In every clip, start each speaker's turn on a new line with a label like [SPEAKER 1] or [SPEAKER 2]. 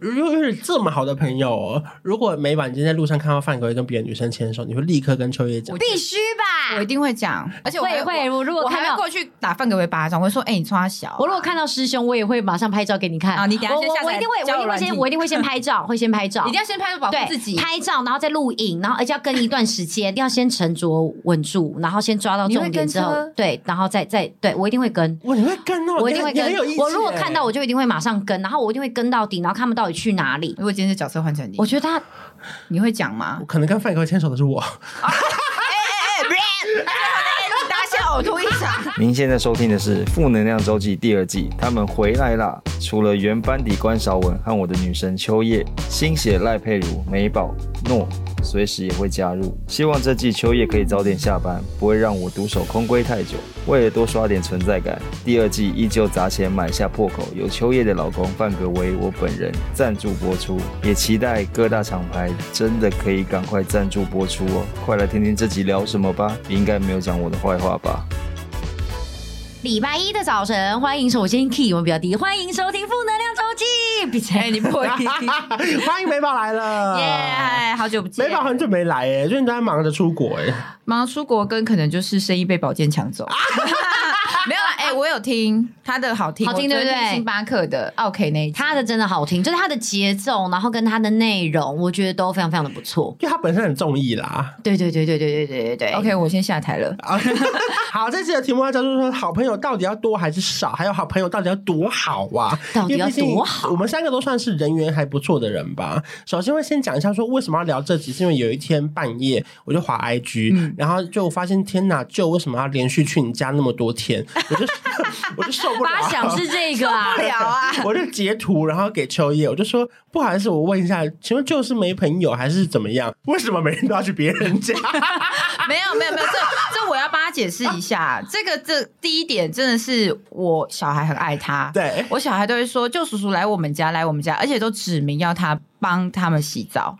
[SPEAKER 1] 如果是这么好的朋友、哦，如果美宝你今天在路上看到范格跟别的女生牵手，你会立刻跟秋叶讲
[SPEAKER 2] 我，
[SPEAKER 3] 必须吧
[SPEAKER 2] 我一？定会讲，而且我还
[SPEAKER 3] 会会，我如
[SPEAKER 2] 我
[SPEAKER 3] 果
[SPEAKER 2] 还
[SPEAKER 3] 看
[SPEAKER 2] 会
[SPEAKER 3] 到
[SPEAKER 2] 过去打范格为巴掌，我会说：“哎、你穿他小啊、
[SPEAKER 3] 我如果看到师兄，我也会马上拍照给你看
[SPEAKER 2] 啊你等一下
[SPEAKER 3] 我
[SPEAKER 2] 先下
[SPEAKER 3] 我我
[SPEAKER 2] 载
[SPEAKER 3] 一定会，
[SPEAKER 2] 交友
[SPEAKER 3] 我一定会
[SPEAKER 2] 软
[SPEAKER 3] 先，
[SPEAKER 2] 体
[SPEAKER 3] 我一定会先拍照，会先拍照
[SPEAKER 2] 一。定要先拍照保护
[SPEAKER 3] 对，
[SPEAKER 2] 自己。
[SPEAKER 3] 拍照，然后再录影，然后而且要跟一段时间，一定要先沉着稳住，然后先抓到
[SPEAKER 2] 你会
[SPEAKER 3] 重点
[SPEAKER 2] 跟
[SPEAKER 3] 之后
[SPEAKER 2] 车，
[SPEAKER 3] 对，然后再再对我一定会跟。
[SPEAKER 1] 哇，你会跟哦，
[SPEAKER 3] 我一
[SPEAKER 1] 你
[SPEAKER 3] 定会
[SPEAKER 1] 你
[SPEAKER 3] 跟
[SPEAKER 1] 很有意。
[SPEAKER 3] 我如果
[SPEAKER 1] 见
[SPEAKER 3] 看到，我就一定会马上跟，然后我一定会跟到底，然后看不到底去哪里。
[SPEAKER 2] 如果今天这角色换成你，
[SPEAKER 3] 我觉得他
[SPEAKER 2] 你会讲 吗
[SPEAKER 1] 我？可能跟范哥牵手的是我，
[SPEAKER 2] 大家先呕吐一场。
[SPEAKER 4] 您现在收听的是《负能量周记》第二季，他们回来啦！除了原班底关韶文和我的女神秋叶，新血赖佩如、美宝、诺随时也会加入。希望这季秋叶可以早点下班，不会让我独守空闺太久。为了多刷点存在感，第二季依旧砸钱买下破口，由秋叶的老公范格为我本人赞助播出，也期待各大厂牌真的可以赶快赞助播出哦！快来听听这集聊什么吧，你应该没有讲我的坏话吧？
[SPEAKER 3] 礼拜一的早晨，欢迎首先 key 我们比较低，欢迎收听负能量周记。闭
[SPEAKER 2] 哎
[SPEAKER 3] 嘴，你不会
[SPEAKER 1] 欢迎美宝来 了，
[SPEAKER 2] 耶，哎好久不见
[SPEAKER 1] 美。宝很久没来耶，最近都在忙着出国耶。
[SPEAKER 2] 忙出国跟可能就是生意被宝剑抢 走。没有啦，哎、我有听他的好听，
[SPEAKER 3] 好听
[SPEAKER 2] 我昨天
[SPEAKER 3] 对不对
[SPEAKER 2] 听星巴克的 OK 那一集，
[SPEAKER 3] 他的真的好听，就是他的节奏，然后跟他的内容，我觉得都非常非常的不错。
[SPEAKER 1] 因为他本身很中意啦。
[SPEAKER 3] 对对对对对对对对对
[SPEAKER 2] OK，我先下台了。
[SPEAKER 1] 好，这期的题目要叫做说，好朋友到底要多还是少？还有好朋友到底要多好啊？
[SPEAKER 3] 到底
[SPEAKER 1] 因为
[SPEAKER 3] 要
[SPEAKER 1] 毕竟
[SPEAKER 3] 多好
[SPEAKER 1] 我们三个都算是人缘还不错的人吧。首先会先讲一下说为什么要聊这集，是因为有一天半夜我就滑 IG，、然
[SPEAKER 3] 嗯
[SPEAKER 1] 后就发现天哪，就为什么要连续去你家那么多天？我 就我就受不了。
[SPEAKER 3] 八想是这个啊，
[SPEAKER 2] 聊啊，
[SPEAKER 1] 我就截图，然后给秋叶，我就说不好意思，我问一下，请问就是没朋友还是怎么样？为什么每天都要去别人 家？
[SPEAKER 2] 没有没有没有，这这我要帮他解释 一下。这个这第一点真的是我小孩很爱他，
[SPEAKER 1] 对
[SPEAKER 2] 我小孩都会说舅叔叔来我们家来我们家，而且都指明要他帮他们洗澡，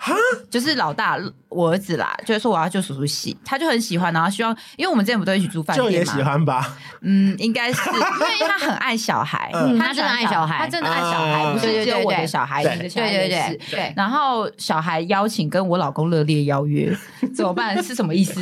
[SPEAKER 2] 就是老大我儿子啦，就是说我要舅叔叔洗，他就很喜欢，然后希望因为我们之前不都一起住饭店
[SPEAKER 1] 就
[SPEAKER 2] 嘛，
[SPEAKER 1] 也喜欢吧，
[SPEAKER 2] 嗯，应该是 因为他很爱小孩，
[SPEAKER 1] 嗯
[SPEAKER 3] 他真的爱小孩
[SPEAKER 2] 他真的爱小
[SPEAKER 1] 啊
[SPEAKER 2] 孩，不是
[SPEAKER 3] 对对
[SPEAKER 2] 只有
[SPEAKER 3] 对
[SPEAKER 2] 我
[SPEAKER 3] 对
[SPEAKER 2] 的小孩，
[SPEAKER 1] 对
[SPEAKER 2] 你的小孩
[SPEAKER 3] 对对
[SPEAKER 2] 也是
[SPEAKER 3] 对对，
[SPEAKER 2] 然后小孩邀请跟我老公热烈邀约，怎么办？是什么意思？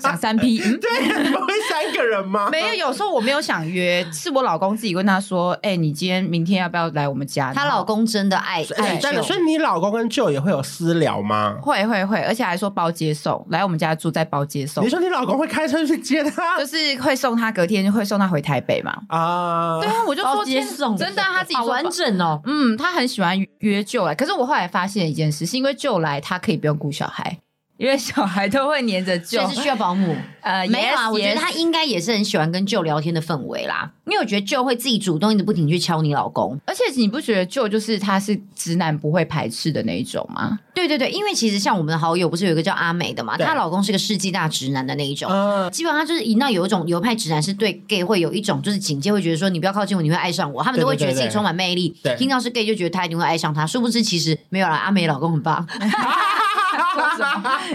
[SPEAKER 2] 想三 P？嗯，
[SPEAKER 1] 对，你们会三个人吗？
[SPEAKER 2] 没有，有时候我没有想约，是我老公自己问他说：“哎、你今天明天要不要来我们家？”
[SPEAKER 3] 她
[SPEAKER 2] 然后
[SPEAKER 3] 老公真的爱
[SPEAKER 1] 哎，
[SPEAKER 3] 爱
[SPEAKER 1] 真的，
[SPEAKER 3] 秀
[SPEAKER 1] 所以你老公跟舅也会有私聊吗？
[SPEAKER 2] 会会会，而且还说包接送，来我们家住再包接送
[SPEAKER 1] 你，说你老公会开车去接他
[SPEAKER 2] 就是会送他，隔天会送他回台北嘛。
[SPEAKER 1] 啊？
[SPEAKER 2] 对啊，我就
[SPEAKER 3] 包
[SPEAKER 2] 说
[SPEAKER 3] 接
[SPEAKER 2] 天
[SPEAKER 3] 送，
[SPEAKER 2] 真的啊、他自己
[SPEAKER 3] 好
[SPEAKER 2] 说包
[SPEAKER 3] 完整哦。
[SPEAKER 2] 嗯，他很喜欢约舅来，可是我后来发现一件事，是因为舅来他可以不用顾小孩，因为小孩都会黏着舅
[SPEAKER 3] 所。以是需要保姆，
[SPEAKER 2] 呃，
[SPEAKER 3] 没有啊
[SPEAKER 2] yes，
[SPEAKER 3] 我觉得
[SPEAKER 2] yes
[SPEAKER 3] 他应该也是很喜欢跟舅聊天的氛围啦，因为我觉得舅会自己主动一直不停去敲你老公。
[SPEAKER 2] 而且你不觉得舅就是他是直男不会排斥的那一种 吗？
[SPEAKER 3] 对对对，因为其实像我们的好友不是有一个叫阿美的嘛，
[SPEAKER 1] 对
[SPEAKER 3] 她老公是个世纪大直男的那一种，
[SPEAKER 1] 嗯，
[SPEAKER 3] 基本上就是一到有一种流派直男是对 gay 会有一种就是警戒，会觉得说你不要靠近我，你会爱上我。他们都会觉得自己充满魅力，
[SPEAKER 1] 对对对对
[SPEAKER 3] 听到是 gay 就觉得他一定会爱上他，殊不知其实没有啦，阿美老公 很棒。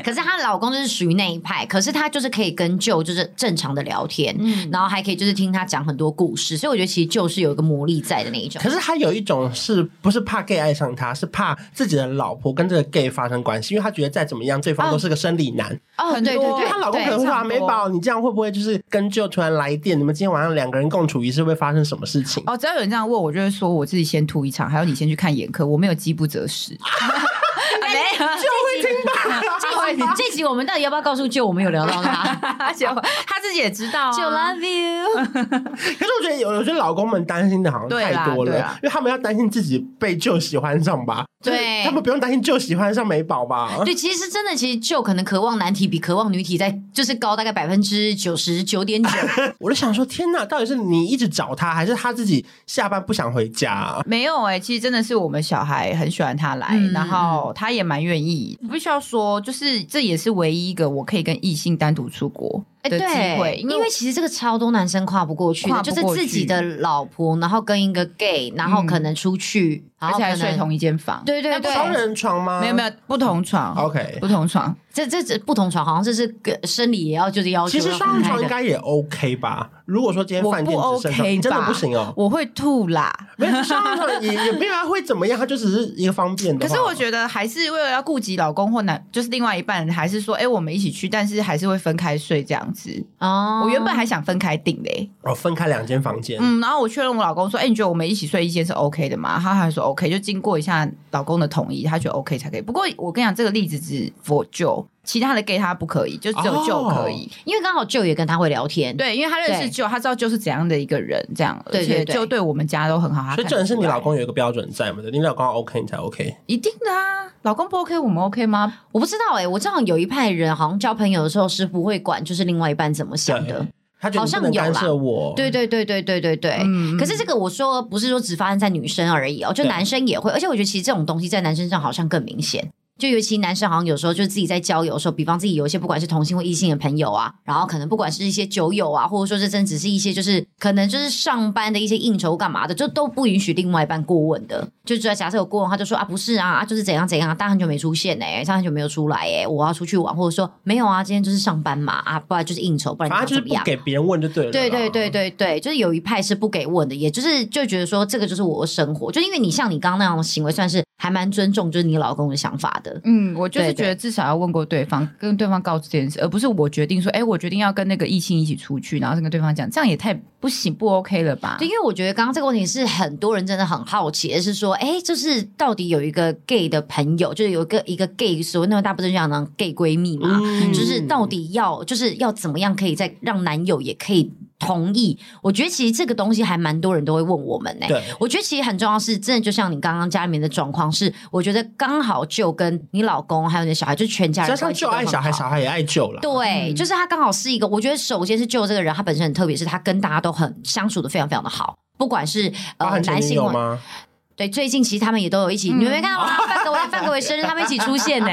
[SPEAKER 3] 可是她老公就是属于那一派，可是她就是可以跟舅就是正常的聊天，
[SPEAKER 1] 嗯
[SPEAKER 3] 然后还可以就是听他讲很多故事，所以我觉得其实舅是有一个魔力在的那一种
[SPEAKER 1] 可。是他有一种是不是怕 gay 爱上他，是怕自己的老婆跟这个 gay 发生关系，因为他觉得再怎么样，对方都是个生理男。
[SPEAKER 2] 哦
[SPEAKER 3] 对对
[SPEAKER 1] 因为
[SPEAKER 3] 对
[SPEAKER 1] 她老公可能会说：“啊，美宝，你这样会不会就是跟舅突然来电？你们今天晚上两个人共处一室会发生什么事情？”
[SPEAKER 2] 哦，只要有人这样问我，就会说我自己先吐一场，还有你先去看眼科，我没有饥不择食。 没有，
[SPEAKER 3] 这集这集我们到底要不要告诉舅我们有聊 到他？
[SPEAKER 2] 而且我 他自己也知道、啊，
[SPEAKER 3] 舅 love you。
[SPEAKER 1] 可是我觉得有有些老公们担心的好像
[SPEAKER 2] 对啦
[SPEAKER 1] 太多了，
[SPEAKER 2] 对啦
[SPEAKER 1] 因为他们要担心自己被舅喜欢上吧？就是
[SPEAKER 3] 对
[SPEAKER 1] 他们不用担心舅喜欢上美宝吧？
[SPEAKER 3] 对，其实真的，其实就可能渴望男体比渴望女体在就是高大概百分之九十九点九。
[SPEAKER 1] 我就想说，天哪，到底是你一直找他，还是他自己下班不想回家、
[SPEAKER 2] 没有哎、其实真的是我们小孩很喜欢他来，
[SPEAKER 3] 嗯
[SPEAKER 2] 然后他也蛮愿意。我必须要说，就是这也是唯一一个我可以跟异性单独出国
[SPEAKER 3] 哎，
[SPEAKER 2] 的机会，
[SPEAKER 3] 对，因为其实这个超多男生跨不过去的，
[SPEAKER 2] 跨不
[SPEAKER 3] 就
[SPEAKER 2] 过
[SPEAKER 3] 是
[SPEAKER 2] 去
[SPEAKER 3] 自己的老婆，然后跟一个 gay，然后可能出去
[SPEAKER 2] 嗯
[SPEAKER 3] 然
[SPEAKER 2] 而
[SPEAKER 3] 后
[SPEAKER 2] 且
[SPEAKER 3] 可
[SPEAKER 2] 还
[SPEAKER 3] 能
[SPEAKER 2] 睡同一间房。
[SPEAKER 3] 对对对，
[SPEAKER 1] 双哎人床吗？
[SPEAKER 2] 没有没有，不同床
[SPEAKER 1] OK
[SPEAKER 2] 不同床。
[SPEAKER 3] 这这这不同床好像这是个生理也要就是要求
[SPEAKER 1] 其实
[SPEAKER 3] 要
[SPEAKER 1] 双
[SPEAKER 3] 分
[SPEAKER 1] 人
[SPEAKER 3] 开
[SPEAKER 1] 床应
[SPEAKER 3] 的。
[SPEAKER 1] 该也 OK 吧？如果说今天
[SPEAKER 2] 我
[SPEAKER 1] 饭
[SPEAKER 2] 不
[SPEAKER 1] 店只剩
[SPEAKER 2] OK
[SPEAKER 1] 上，
[SPEAKER 2] 吧？
[SPEAKER 1] 你真的不行哦。
[SPEAKER 2] 我会吐啦。
[SPEAKER 1] 没有双人床也也没有他会怎么样，它就只是一个方便的
[SPEAKER 2] 可
[SPEAKER 1] 话。
[SPEAKER 2] 是我觉得还是为了要顾及老公或男，就是另外一半，还是说，哎、我们一起去，但是还是会分开睡这样子。
[SPEAKER 3] 哦
[SPEAKER 2] 我原本还想分开订嘞，
[SPEAKER 1] 哦，分开两间房间，
[SPEAKER 2] 嗯，然后我确认我老公说，哎、你觉得我们一起睡一间是 OK 的吗？他还说 OK，就经过一下老公的同意，他觉得 OK 才可以。不过我跟你讲，这个例子只 for 旧，其他的 gay 他不可以，就只有
[SPEAKER 1] 哦
[SPEAKER 2] 旧可以。
[SPEAKER 1] 嗯
[SPEAKER 3] 因为刚好舅也跟他会聊天，
[SPEAKER 2] 对，因为他认识旧，他知道旧是怎样的一个人，这样，
[SPEAKER 3] 对对
[SPEAKER 2] 而且
[SPEAKER 3] 对
[SPEAKER 2] 旧对我们家都很好。他
[SPEAKER 1] 所以
[SPEAKER 2] 看
[SPEAKER 1] 这
[SPEAKER 2] 得
[SPEAKER 1] 人是
[SPEAKER 2] 出
[SPEAKER 1] 你
[SPEAKER 2] 来
[SPEAKER 1] 老公有一个标准在嘛？对，你老公要 OK 你才 OK。
[SPEAKER 2] 一定的啊，老公不 OK，我们 OK 吗？
[SPEAKER 3] 我不知道哎、我知道有一派人好像交朋友的时候是不会管，就是另外一半怎么想的。
[SPEAKER 1] 他觉得你不
[SPEAKER 3] 好像
[SPEAKER 1] 能
[SPEAKER 3] 有啦
[SPEAKER 1] 干涉我，
[SPEAKER 3] 对对对对对对对。
[SPEAKER 2] 嗯
[SPEAKER 3] 可是这个我说不是说只发生在女生而已哦，就
[SPEAKER 1] 对
[SPEAKER 3] 男生也会，而且我觉得其实这种东西在男生上好像更明显。就尤其男生好像有时候就自己在交友的时候，比方自己有一些不管是同性或异性的朋友啊，然后可能不管是一些酒友啊，或者说是真只是一些就是可能就是上班的一些应酬干嘛的，就都不允许另外一半过问的。就只要假设有过问，他就说啊不是啊，啊就是怎样怎样，但很久没出现哎、欸，他很久没有出来哎、我要出去玩，或者说没有啊，今天就是上班嘛啊，不然就是应酬，不然你
[SPEAKER 1] 反
[SPEAKER 3] 要
[SPEAKER 1] 正就
[SPEAKER 3] 怎
[SPEAKER 1] 是
[SPEAKER 3] 么
[SPEAKER 1] 不
[SPEAKER 3] 样？
[SPEAKER 1] 给别人问就对了。
[SPEAKER 3] 对对对。对对，就是有一派是不给问的，也就是就觉得说这个就是我的生活，就因为你像你刚刚那样的行为，算是还蛮尊重就是你老公的想法的。
[SPEAKER 2] 嗯，我就是
[SPEAKER 3] 对
[SPEAKER 2] 觉
[SPEAKER 3] 对
[SPEAKER 2] 得至少要问过对方，跟对方告知这件事，而不是我决定说，哎、我决定要跟那个异性一起出去，然后再跟对方讲，这样也太不行，不 OK 了吧？
[SPEAKER 3] 对，因为我觉得刚刚这个问题是很多人真的很好奇，而是说，哎，就是到底有一个 gay 的朋友，就是有一个一个 gay 所谓那么大不是讲呢 gay 闺蜜嘛，
[SPEAKER 1] 嗯
[SPEAKER 3] 就是到底要就是要怎么样可以再让男友也可以同意？我觉得其实这个东西还蛮多人都会问我们呢、
[SPEAKER 1] 对，
[SPEAKER 3] 我觉得其实很重要是，真的就像你刚刚家里面的状况是，我觉得刚好就跟你老公还有你的小孩，就全家人
[SPEAKER 1] 加上
[SPEAKER 3] 关系
[SPEAKER 1] 就
[SPEAKER 3] 都
[SPEAKER 1] 爱
[SPEAKER 3] 很
[SPEAKER 1] 小孩，
[SPEAKER 3] 好
[SPEAKER 1] 小孩也爱舅了。
[SPEAKER 3] 对，
[SPEAKER 2] 嗯
[SPEAKER 3] 就是他刚好是一个，我觉得首先是就这个人，他本身很特别，是他跟大家都很相处的非常非常的好，不管是
[SPEAKER 1] 包
[SPEAKER 3] 呃
[SPEAKER 1] 含前
[SPEAKER 3] 男
[SPEAKER 1] 女
[SPEAKER 3] 性
[SPEAKER 1] 友
[SPEAKER 3] 或
[SPEAKER 1] 吗？嗯
[SPEAKER 3] 对，最近其实他们也都有一起，你们没看到吗？范格维范格维生日，他们一起出现呢、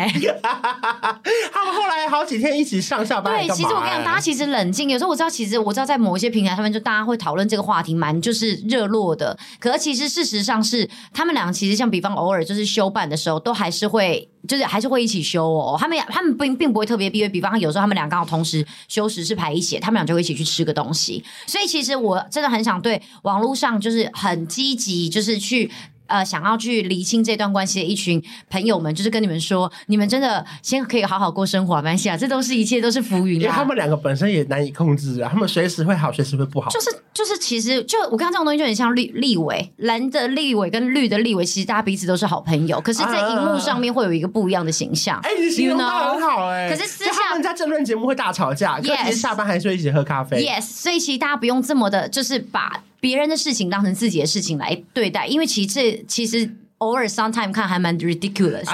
[SPEAKER 1] 他们后来好几天一起上下班。
[SPEAKER 3] 对，其实我跟你讲，大家
[SPEAKER 1] 家
[SPEAKER 3] 其实冷静。有时候我知道，其实我知道在某一些平台上面，就大家会讨论这个话题，蛮就是热络的。可是其实事实上是，他们俩其实像比方偶尔就是休办的时候，都还是会。就是还是会一起休哦，他们他们并并不会特别避讳，比方有时候他们俩刚好同时休时是排一起，他们俩就会一起去吃个东西。所以其实我真的很想对网络上就是很积极，就是去呃想要去厘清这段关系的一群朋友们，就是跟你们说，你们真的先可以好好过生活啊，没关系啊，这都是一切都是浮云
[SPEAKER 1] 因
[SPEAKER 3] 啊
[SPEAKER 1] 为
[SPEAKER 3] 啦。
[SPEAKER 1] 他们两个本身也难以控制啊，他们随时会好，随时会不好。
[SPEAKER 3] 就是就是，其实就我刚刚这种东西就很像立立委，蓝的立委跟绿的立委，其实大家彼此都是好朋友，可是，在荧幕上面会有一个不一样的形象。
[SPEAKER 1] 哎，你形容到
[SPEAKER 3] You know
[SPEAKER 1] 很好哎。
[SPEAKER 3] 可是私
[SPEAKER 1] 就
[SPEAKER 3] 下
[SPEAKER 1] 他们在政论节目会大吵架，可是
[SPEAKER 3] Yes
[SPEAKER 1] 其实下班还是会一起喝咖啡。
[SPEAKER 3] Yes，所以其实大家不用这么的，就是把别人的事情当成自己的事情来对待，因为其实这其实偶尔 sometime 看还蛮 ridiculous 的。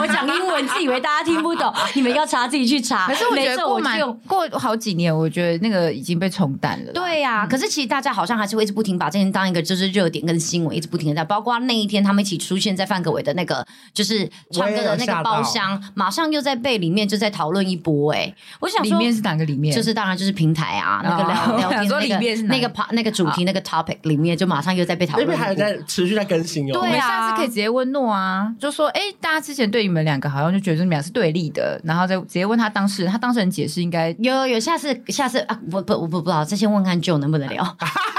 [SPEAKER 3] 我讲英文自以为大家听不懂，你们要查自己去查。
[SPEAKER 2] 可是我
[SPEAKER 3] 没
[SPEAKER 2] 觉
[SPEAKER 3] 事
[SPEAKER 2] 得过
[SPEAKER 3] 我就
[SPEAKER 2] 满
[SPEAKER 3] 用
[SPEAKER 2] 过好几年，我觉得那个已经被冲淡了啦。
[SPEAKER 3] 对呀、可是其实大家好像还是会一直不停把这件当一个就是热点跟新闻，一直不停的在，包括那一天他们一起出现在范可伟的那个就是唱歌的那个包厢，马上又在被里面就在讨论一波、哎，我想
[SPEAKER 2] 里
[SPEAKER 3] 说。
[SPEAKER 2] 面是哪个里面？
[SPEAKER 3] 就是当然就是平台啊，那个聊
[SPEAKER 2] 哦
[SPEAKER 3] 聊
[SPEAKER 2] 我想
[SPEAKER 3] 天
[SPEAKER 2] 说
[SPEAKER 3] 那个
[SPEAKER 2] 里面是哪
[SPEAKER 3] 那
[SPEAKER 2] 一
[SPEAKER 3] 个
[SPEAKER 2] 个
[SPEAKER 3] part 那个主题那个 topic 里面就马上又在被讨
[SPEAKER 1] 那
[SPEAKER 3] 论一
[SPEAKER 1] 边
[SPEAKER 3] 波。
[SPEAKER 1] 还有在持续在更新哦。
[SPEAKER 2] 我们
[SPEAKER 3] 对啊
[SPEAKER 2] 下次可以直接问诺啊，就说哎、大家之前对你们两个好像就觉得你们俩是对立的，然后再直接问他当事人，他当事人解释应该
[SPEAKER 3] 有有有，下次下次啊，我不我不不知道，再先问看 Joe 能不能聊。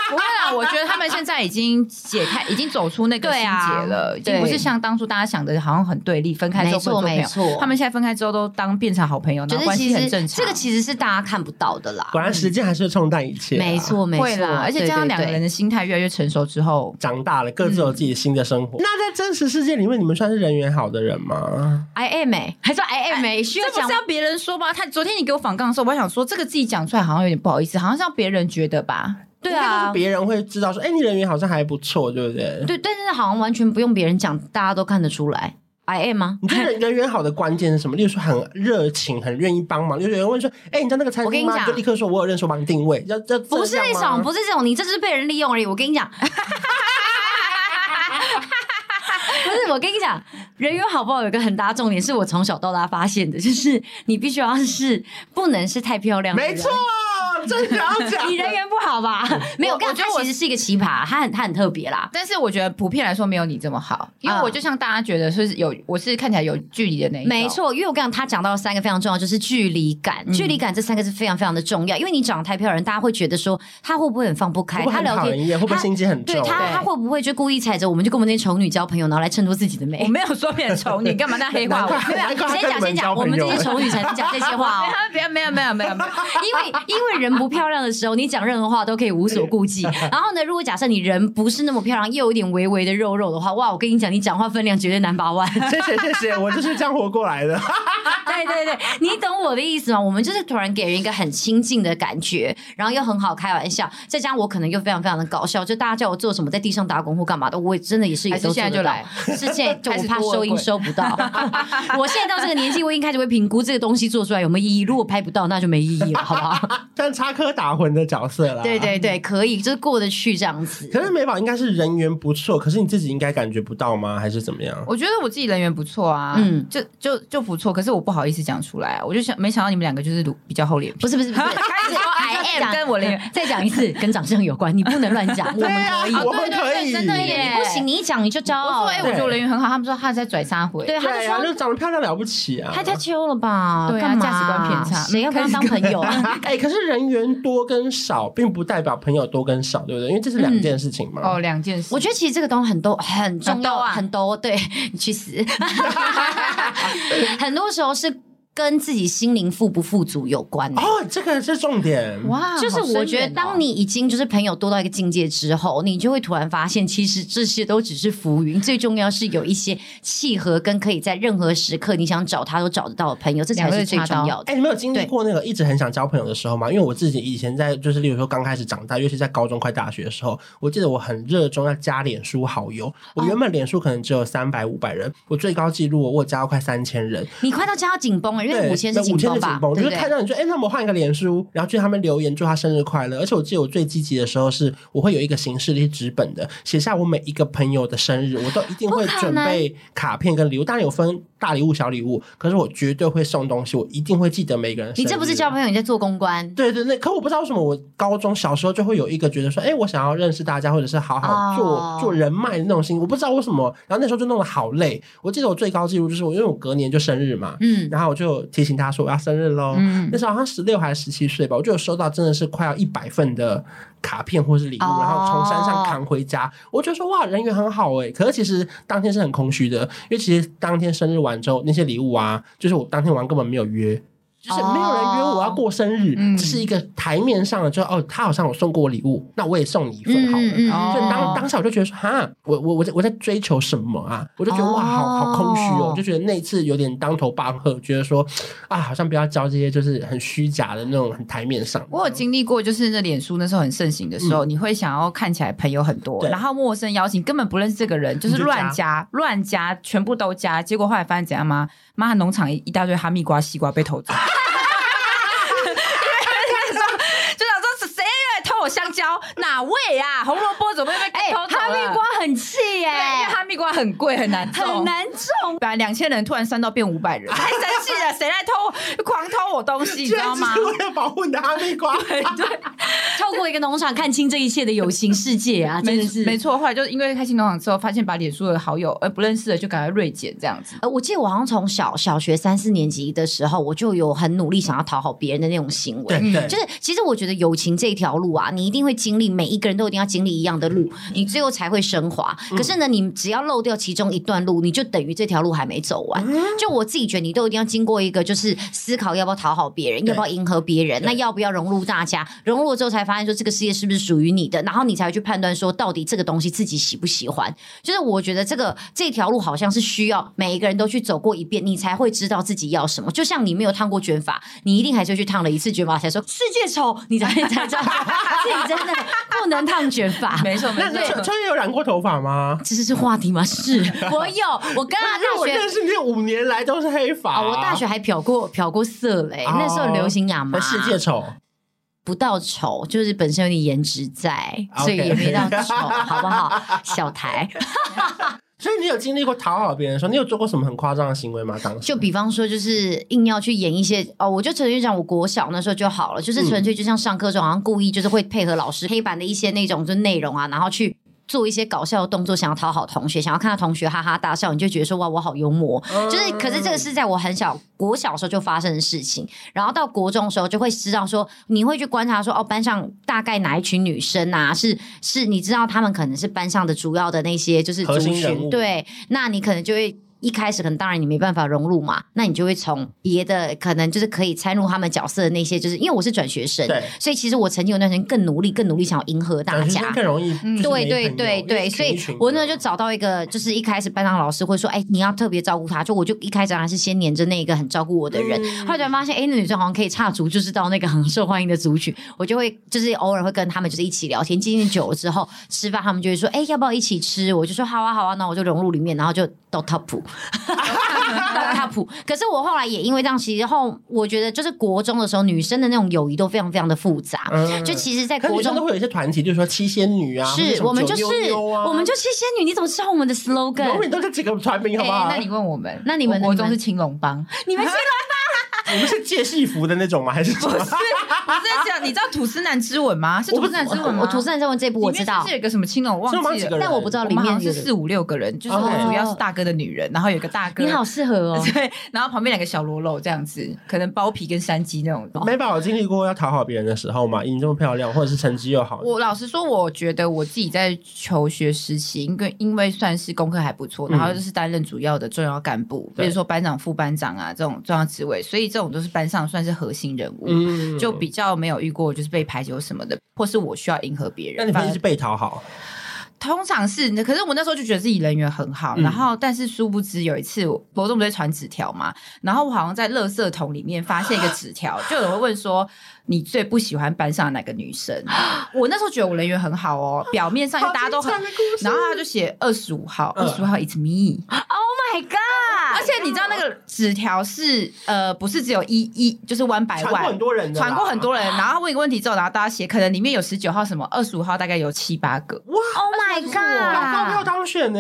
[SPEAKER 2] 不会啦，我觉得他们现在已经解开，已经走出那个心
[SPEAKER 3] 对啊
[SPEAKER 2] 结了，已经不
[SPEAKER 3] 对
[SPEAKER 2] 是像当初大家想的，好像很对立，分开之
[SPEAKER 3] 没
[SPEAKER 2] 后不能做
[SPEAKER 3] 错
[SPEAKER 2] 朋
[SPEAKER 3] 没
[SPEAKER 2] 友。
[SPEAKER 3] 错，
[SPEAKER 2] 他们现在分开之后都当变成好朋友，然
[SPEAKER 3] 就
[SPEAKER 2] 后
[SPEAKER 3] 是
[SPEAKER 2] 关
[SPEAKER 3] 其
[SPEAKER 2] 系
[SPEAKER 3] 实
[SPEAKER 2] 很正常。
[SPEAKER 3] 这个其实是大家看不到的啦。
[SPEAKER 1] 果然时间还是会冲淡一切。啊
[SPEAKER 3] 没。错没错，
[SPEAKER 2] 会啦，而且加上两个
[SPEAKER 3] 对
[SPEAKER 2] 人的心态越来越成熟之后，
[SPEAKER 1] 长大了，各自有自己新的生活。
[SPEAKER 3] 嗯
[SPEAKER 1] 那在真实世界里面，你们算是人缘好的人吗？
[SPEAKER 3] I am 哎，还说 I am 哎，需要
[SPEAKER 2] 这
[SPEAKER 3] 讲
[SPEAKER 2] 不是要别人说吗？他昨天你给我访杠的时候，我还想说这个自己讲出来好像有点不好意思，好像是让别人觉得吧。
[SPEAKER 3] 对
[SPEAKER 1] 应该都
[SPEAKER 3] 啊
[SPEAKER 1] 是，别人会知道说，哎、你人缘好像还不错，对不对？
[SPEAKER 3] 对，但是好像完全不用别人讲，大家都看得出来 I am 啊吗？
[SPEAKER 1] 你觉得人人缘好的关键是什么？例如说很热情，很愿意帮忙。就有人问说，哎、你知道那个餐
[SPEAKER 3] 我跟
[SPEAKER 1] 厅
[SPEAKER 3] 你
[SPEAKER 1] 吗？
[SPEAKER 3] 讲
[SPEAKER 1] 就立刻说，我有认识，我帮你定位。要要
[SPEAKER 3] 不是那种，不
[SPEAKER 1] 是
[SPEAKER 3] 是这种，你这是被人利用而已。我跟你讲， 不是我跟你讲，人缘好不好有一个很大重点，是我从小到大发现的，就是你必须要是不能是太漂亮的人，
[SPEAKER 1] 没错，我真的 要讲
[SPEAKER 3] 你人缘不好吧？没有，
[SPEAKER 2] 啊我
[SPEAKER 3] 刚
[SPEAKER 2] 我觉
[SPEAKER 3] 他
[SPEAKER 2] 得我
[SPEAKER 3] 其实是一个奇葩，他很他很特别啦。
[SPEAKER 2] 但是我觉得普遍来说没有你这么好，因为
[SPEAKER 3] 嗯
[SPEAKER 2] 我就像大家觉得是有，我是看起来有距离的那一种
[SPEAKER 3] 没，错，因为我刚刚他讲到了三个非常重要，就是距离感。
[SPEAKER 1] 嗯
[SPEAKER 3] 距离感这三个是非常非常的重要，因为你长得太漂亮，大家会觉得说他会不会很放不
[SPEAKER 1] 会
[SPEAKER 3] 开，
[SPEAKER 1] 不会
[SPEAKER 3] 他
[SPEAKER 1] 很
[SPEAKER 3] 聊
[SPEAKER 1] 讨
[SPEAKER 3] 天
[SPEAKER 1] 人厌？会不会
[SPEAKER 3] 他
[SPEAKER 1] 心机很
[SPEAKER 3] 对
[SPEAKER 1] 重？
[SPEAKER 3] 他，他会不会就故意踩着我们就跟我们那些丑女交朋友，然后来衬托自己的
[SPEAKER 2] 我
[SPEAKER 3] 美？
[SPEAKER 2] 没有说别人丑你，干嘛那样 黑化我？
[SPEAKER 1] 难怪难怪他
[SPEAKER 3] 先
[SPEAKER 1] 跟
[SPEAKER 3] 讲
[SPEAKER 1] 你们
[SPEAKER 3] 先讲，
[SPEAKER 1] 交
[SPEAKER 3] 我们这
[SPEAKER 1] 朋友
[SPEAKER 3] 些丑女才能讲这些话哦。
[SPEAKER 2] 没有没有没有没有没有，
[SPEAKER 3] 因为因为人不漂亮的时候，你讲任何话都可以无所顾忌。然后呢，如果假设你人不是那么漂亮，又有一点微微的肉肉的话，哇，我跟你讲，你讲话分量绝对难把玩。
[SPEAKER 1] 谢谢谢谢，我就是这样活过来的。
[SPEAKER 3] 对对对， 你懂我的意思吗？我们就是突然给人一个很亲近的感觉，然后又很好开玩笑，再加上我可能又非常非常的搞笑，就大家叫我做什么，在地上打滚或干嘛的，我也真的也是也
[SPEAKER 2] 还是
[SPEAKER 3] 都
[SPEAKER 2] 现在
[SPEAKER 3] 做得
[SPEAKER 2] 就
[SPEAKER 3] 到
[SPEAKER 2] 来，
[SPEAKER 3] 是现在就
[SPEAKER 2] 开
[SPEAKER 3] 我
[SPEAKER 2] 始
[SPEAKER 3] 怕
[SPEAKER 2] 多
[SPEAKER 3] 收音
[SPEAKER 2] 滚
[SPEAKER 3] 收不到。 我现在到这个年纪，我已经开始会评估这个东西做出来有没有意义，如果拍不到，那就没意义了，好不好？
[SPEAKER 1] 但插科打诨的角色啦，
[SPEAKER 3] 对。对对，可以，就是过得去这样子。
[SPEAKER 1] 可是美宝应该是人缘不错，可是你自己应该感觉不到吗？还是怎么样？
[SPEAKER 2] 我觉得我自己人缘不错啊，
[SPEAKER 3] 嗯
[SPEAKER 2] 嗯，就就就不错，可是我不好意思讲出来啊，我就想没想到你们两个就是比较厚脸皮
[SPEAKER 3] 不。是不是不是，
[SPEAKER 2] 开始
[SPEAKER 3] 是
[SPEAKER 2] 说 I
[SPEAKER 3] 就是
[SPEAKER 2] am
[SPEAKER 3] 讲
[SPEAKER 2] 跟我连
[SPEAKER 3] 再讲一次，跟长相有关，你不能乱讲， 我们可以。
[SPEAKER 1] 我们可以，
[SPEAKER 2] 真的耶
[SPEAKER 3] 啊不行，你一讲你就啊骄
[SPEAKER 2] 我说
[SPEAKER 3] 傲
[SPEAKER 2] 哎、
[SPEAKER 3] 了。
[SPEAKER 2] 我觉得我人缘很好，他们说他在拽沙欸回，
[SPEAKER 3] 对，他就
[SPEAKER 1] 对
[SPEAKER 3] 说
[SPEAKER 1] 啊，就长得漂亮了不起啊！
[SPEAKER 3] 太太秋了吧？
[SPEAKER 2] 对啊
[SPEAKER 3] 干嘛
[SPEAKER 2] 价值观偏差
[SPEAKER 3] 谁要跟他当朋友啊？
[SPEAKER 1] 哎，可是人缘多跟少，并不代表朋友多跟少，对不对？因为这是两件事情嘛。
[SPEAKER 2] 哦，两件事，
[SPEAKER 3] 我觉得其实这个东西很多很重
[SPEAKER 2] 很
[SPEAKER 3] 要，
[SPEAKER 2] 多啊
[SPEAKER 3] 很多对你去死。 很多时候是跟自己心灵富不富足有关的。
[SPEAKER 1] 哦，这个是重点。
[SPEAKER 2] 哇
[SPEAKER 3] 就是我觉得，
[SPEAKER 2] 哦
[SPEAKER 1] 哦
[SPEAKER 3] 当你已经就是朋友多到一个境界之后，你就会突然发现，其实这些都只是浮云。最重要是有一些契合跟可以在任何时刻你想找他都找得到的朋友，这才是最重要的。
[SPEAKER 1] 哎，你们有经历
[SPEAKER 3] 对
[SPEAKER 1] 过那个一直很想交朋友的时候吗？因为我自己以前在，就是例如说刚开始长大，尤其在高中快大学的时候，我记得我很热衷要加脸书好友。我原本脸书可能只有三百五百人，我最高纪录我有加到快三千人。
[SPEAKER 3] 你快到加到紧绷了，因
[SPEAKER 1] 对，
[SPEAKER 3] 为五千是紧绷吧？
[SPEAKER 1] 我
[SPEAKER 3] 对
[SPEAKER 1] 就是
[SPEAKER 3] 不对
[SPEAKER 1] 看？到你说，哎、那我们换一个脸书，然后去他们留言祝他生日快乐。而且我记得我最积极的时候是，我会有一个形式是纸本的，写下我每一个朋友的生日，我都一定会
[SPEAKER 3] 不可
[SPEAKER 1] 准
[SPEAKER 3] 能
[SPEAKER 1] 备卡片跟礼物，当然有分大礼物、小礼物，可是我绝对会送东西，我一定会记得每个人。
[SPEAKER 3] 你这不是交
[SPEAKER 1] 友？
[SPEAKER 3] 朋友，你在做公关。
[SPEAKER 1] 对对对，可我不知道为什么，我高中小时候就会有一个觉得说，哎，我想要认识大家，或者是好好做、
[SPEAKER 3] 哦
[SPEAKER 1] 做人脉的那种心，我不知道为什么。然后那时候就弄得好累。我记得我最高纪录就是我，因为我隔年就生日嘛，
[SPEAKER 3] 嗯，
[SPEAKER 1] 然后我就提醒他说我要生日喽。
[SPEAKER 2] 嗯
[SPEAKER 1] 那时候好像十六还是十七岁吧，我就有收到真的是快要一百份的卡片或是礼物，
[SPEAKER 3] 哦
[SPEAKER 1] 然后从山上扛回家。我就说哇，人缘很好哎、可是其实当天是很空虚的，因为其实当天生日完之后，那些礼物啊，就是我当天晚上根本没有约。就是没有人约我
[SPEAKER 3] 哦
[SPEAKER 1] 要过生日，
[SPEAKER 2] 嗯
[SPEAKER 1] 只是一个台面上的，就哦，他好像有送过我礼物，那我也送你一份好了。
[SPEAKER 3] 嗯嗯
[SPEAKER 2] 哦
[SPEAKER 1] 所以当当下我就觉得说，哈，我我我在我在追求什么啊？我就觉得
[SPEAKER 3] 哦
[SPEAKER 1] 哇，好好空虚哦，我就觉得那一次有点当头棒喝，觉得说啊，好像不要交这些就是很虚假的那种很台面上。
[SPEAKER 2] 我有经历过，就是那脸书那时候很盛行的时候，你会想要看起来朋友很多，
[SPEAKER 1] 对
[SPEAKER 2] 然后陌生邀请，根本不认识这个人，就是
[SPEAKER 1] 你就加
[SPEAKER 2] 乱加乱加，全部都加，结果后来发现怎样吗？妈，农场一一大堆哈密瓜、西瓜被偷 走。因为那时候就想说谁偷我香蕉？哪位啊？红萝卜怎么会被
[SPEAKER 3] 哎、
[SPEAKER 2] 偷走
[SPEAKER 3] 哈
[SPEAKER 2] 了？
[SPEAKER 3] 密瓜很气耶、
[SPEAKER 2] 对，因为哈密瓜很贵，很难哎种，
[SPEAKER 3] 很难种。
[SPEAKER 2] 本来两千人突然算到变五百人，太生气了，谁来偷狂偷我东 西，你
[SPEAKER 1] 你
[SPEAKER 2] 知道吗
[SPEAKER 1] 是？为了保护你的哈密瓜，
[SPEAKER 3] 啊透过一个农场看清这一切的有形世界啊，真
[SPEAKER 2] 没
[SPEAKER 3] 的是
[SPEAKER 2] 没。错，后来就是因为开心农场之后，发现把脸书的好友呃不认识的就赶快锐减这样子。
[SPEAKER 3] 呃，我记得我好像从小小学三四年级的时候，我就有很努力想要讨好别人的那种行为。
[SPEAKER 1] 对对，
[SPEAKER 3] 就是，其实我觉得友情这一条路啊，你一定会经历，每一个人都一定要经历一样的路，
[SPEAKER 1] 嗯
[SPEAKER 3] 你最后才会升华。可是呢，你只要漏掉其中一段路，你就等于这条路还没走完。
[SPEAKER 1] 嗯
[SPEAKER 3] 就我自己觉得，你都一定要经过一个，就是思考要不要讨好别人，
[SPEAKER 1] 对
[SPEAKER 3] 要不要迎合别人，
[SPEAKER 1] 对
[SPEAKER 3] 那要不要融入大家？融入了之后才发现说这个世界是不是属于你的，然后你才会去判断说到底这个东西自己喜不喜欢。就是我觉得这个这条路好像是需要每一个人都去走过一遍，你才会知道自己要什么。就像你没有烫过卷发，你一定还是会去烫了一次卷发，才说世界丑，你才才知道自己真的不能烫卷 发。
[SPEAKER 2] 没错没
[SPEAKER 1] 那那秋
[SPEAKER 2] 错，
[SPEAKER 1] 秋叶有染过头发吗？
[SPEAKER 3] 这是话题吗？是我有，我跟他
[SPEAKER 1] 因为
[SPEAKER 3] 大
[SPEAKER 1] 我
[SPEAKER 3] 学
[SPEAKER 1] 认识你五年来都是黑发、
[SPEAKER 3] 啊、我大学还漂过漂过色嘞、
[SPEAKER 1] 哦
[SPEAKER 3] 那时候流行亚麻，
[SPEAKER 1] 世界丑，
[SPEAKER 3] 不到丑，就是本身有点颜值在
[SPEAKER 1] OK
[SPEAKER 3] 所以也没到丑，好不好？小台，
[SPEAKER 1] 所以你有经历过讨好别人的时候，你有做过什么很夸张的行为吗？当时
[SPEAKER 3] 就比方说，就是硬要去演一些哦，我就纯粹讲我国小那时候就好了，就是纯粹就像上课的时候，好像故意就是会配合老师黑板的一些那种就内容啊，然后去。做一些搞笑的动作，想要讨好同学，想要看到同学哈哈大笑，你就觉得说哇，我好幽默。就是，可是这
[SPEAKER 1] 嗯
[SPEAKER 3] 个是在我很小国小的时候就发生的事情，然后到国中的时候就会知道说，你会去观察说，哦，班上大概哪一群女生啊，是是，你知道她们可能是班上的主要的那些就是
[SPEAKER 1] 核
[SPEAKER 3] 族
[SPEAKER 1] 心人物
[SPEAKER 3] 群，对，那你可能就会。一开始可能当然你没办法融入嘛，那你就会从别的可能就是可以参入他们角色的那些，就是因为我是转学生
[SPEAKER 1] 对，
[SPEAKER 3] 所以其实我曾经有段时间更努力、更努力想要迎合大
[SPEAKER 1] 感觉
[SPEAKER 3] 家，
[SPEAKER 1] 上更容易就是没朋友，
[SPEAKER 3] 嗯对对对对，
[SPEAKER 1] 一
[SPEAKER 3] 所
[SPEAKER 1] 群一
[SPEAKER 3] 以
[SPEAKER 1] 群的
[SPEAKER 3] 我那时候就找到一个，就是一开始班上老师会说，哎，你要特别照顾她，就我就一开始还是先黏着那个很照顾我的人，
[SPEAKER 1] 嗯
[SPEAKER 3] 后来才发现，哎，那女生好像可以插足，就是到那个很受欢迎的族群，我就会就是偶尔会跟他们就是一起聊天，渐渐久了之后吃饭，他们就会说，哎，要不要一起吃？我就说好啊好啊，那我就融入里面，然后就到 top。到 top，可是我后来也因为这样，其实后我觉得就是国中的时候，女生的那种友谊都非常非常的复杂。
[SPEAKER 1] 嗯
[SPEAKER 3] 就其实，在
[SPEAKER 1] 可是
[SPEAKER 3] 国
[SPEAKER 1] 女生
[SPEAKER 3] 中
[SPEAKER 1] 都会有一些团体，就是说七仙女啊，或者
[SPEAKER 3] 是
[SPEAKER 1] 什么
[SPEAKER 3] 我们就
[SPEAKER 1] 九
[SPEAKER 3] 是
[SPEAKER 1] 妞妞啊
[SPEAKER 3] 我们就是仙女，你怎么知道我们的
[SPEAKER 1] 永
[SPEAKER 3] slogan？
[SPEAKER 1] 远都是几个团名，好不好？
[SPEAKER 2] 那你问我们，
[SPEAKER 3] 哎那你们
[SPEAKER 2] 我国
[SPEAKER 3] 你
[SPEAKER 2] 中
[SPEAKER 3] 们
[SPEAKER 2] 是青龙 帮，
[SPEAKER 3] 你们是
[SPEAKER 1] 你们是借戏服的那种吗？还是什么？
[SPEAKER 2] 不是讲你知道吐司男之吻吗？是吐司男之吻吗？
[SPEAKER 3] 我土生之文这部我
[SPEAKER 2] 里面
[SPEAKER 3] 知道
[SPEAKER 2] 是，有一个什么青龙，我
[SPEAKER 1] 青龙帮
[SPEAKER 2] 忘记
[SPEAKER 1] 几个
[SPEAKER 2] 了
[SPEAKER 1] 人，
[SPEAKER 3] 但我不知道里
[SPEAKER 2] 我们好
[SPEAKER 3] 面
[SPEAKER 2] 像
[SPEAKER 3] 有
[SPEAKER 2] 是四五六个人，就是我
[SPEAKER 1] 哦
[SPEAKER 2] 主要是大哥的女人，然后有一个大哥，
[SPEAKER 3] 你好 适合哦。
[SPEAKER 2] 对，然后旁边两个小喽啰这样子，可能包皮跟山鸡那种。
[SPEAKER 1] 美宝有经历过要讨好别人的时候吗？以你这么漂亮，或者是成绩又好，
[SPEAKER 2] 我老实说，我觉得我自己在求学时期，因为因为算是功课还不错，
[SPEAKER 1] 嗯
[SPEAKER 2] 然后就是担任主要的重要干部，
[SPEAKER 1] 对
[SPEAKER 2] 比如说班长、副班长啊这种重要职位，所以这种都是班上算是核心人物，
[SPEAKER 1] 嗯
[SPEAKER 2] 就比较没有遇过就是被排挤或什么的，或是我需要迎合别人。
[SPEAKER 1] 那你
[SPEAKER 2] 反
[SPEAKER 1] 们
[SPEAKER 2] 而
[SPEAKER 1] 一直被讨好，
[SPEAKER 2] 通常是，可是我那时候就觉得自己人缘很好，
[SPEAKER 1] 嗯
[SPEAKER 2] 然后但是殊不知有一次我伯仲不是传纸条嘛，然后我好像在垃圾桶里面发现一个纸条，就有人会问说你最不喜欢班上哪个女 生？我那时候觉得我人缘很好哦，表面上因为大家都很，然后他就写二十五号，
[SPEAKER 1] 嗯
[SPEAKER 2] 二十五号 it's me，
[SPEAKER 3] Oh my god！
[SPEAKER 2] 而且你知道那个纸条是呃不是只有一一就是 one by
[SPEAKER 1] 传过
[SPEAKER 2] one，
[SPEAKER 1] 很多人的啦，
[SPEAKER 2] 传过很多人，然后问一个问题之后，然后大家写，可能里面有十九号什么，二十五号大概有七八个。
[SPEAKER 3] Oh my
[SPEAKER 1] 广告没有
[SPEAKER 3] god！
[SPEAKER 1] 啊当选呢、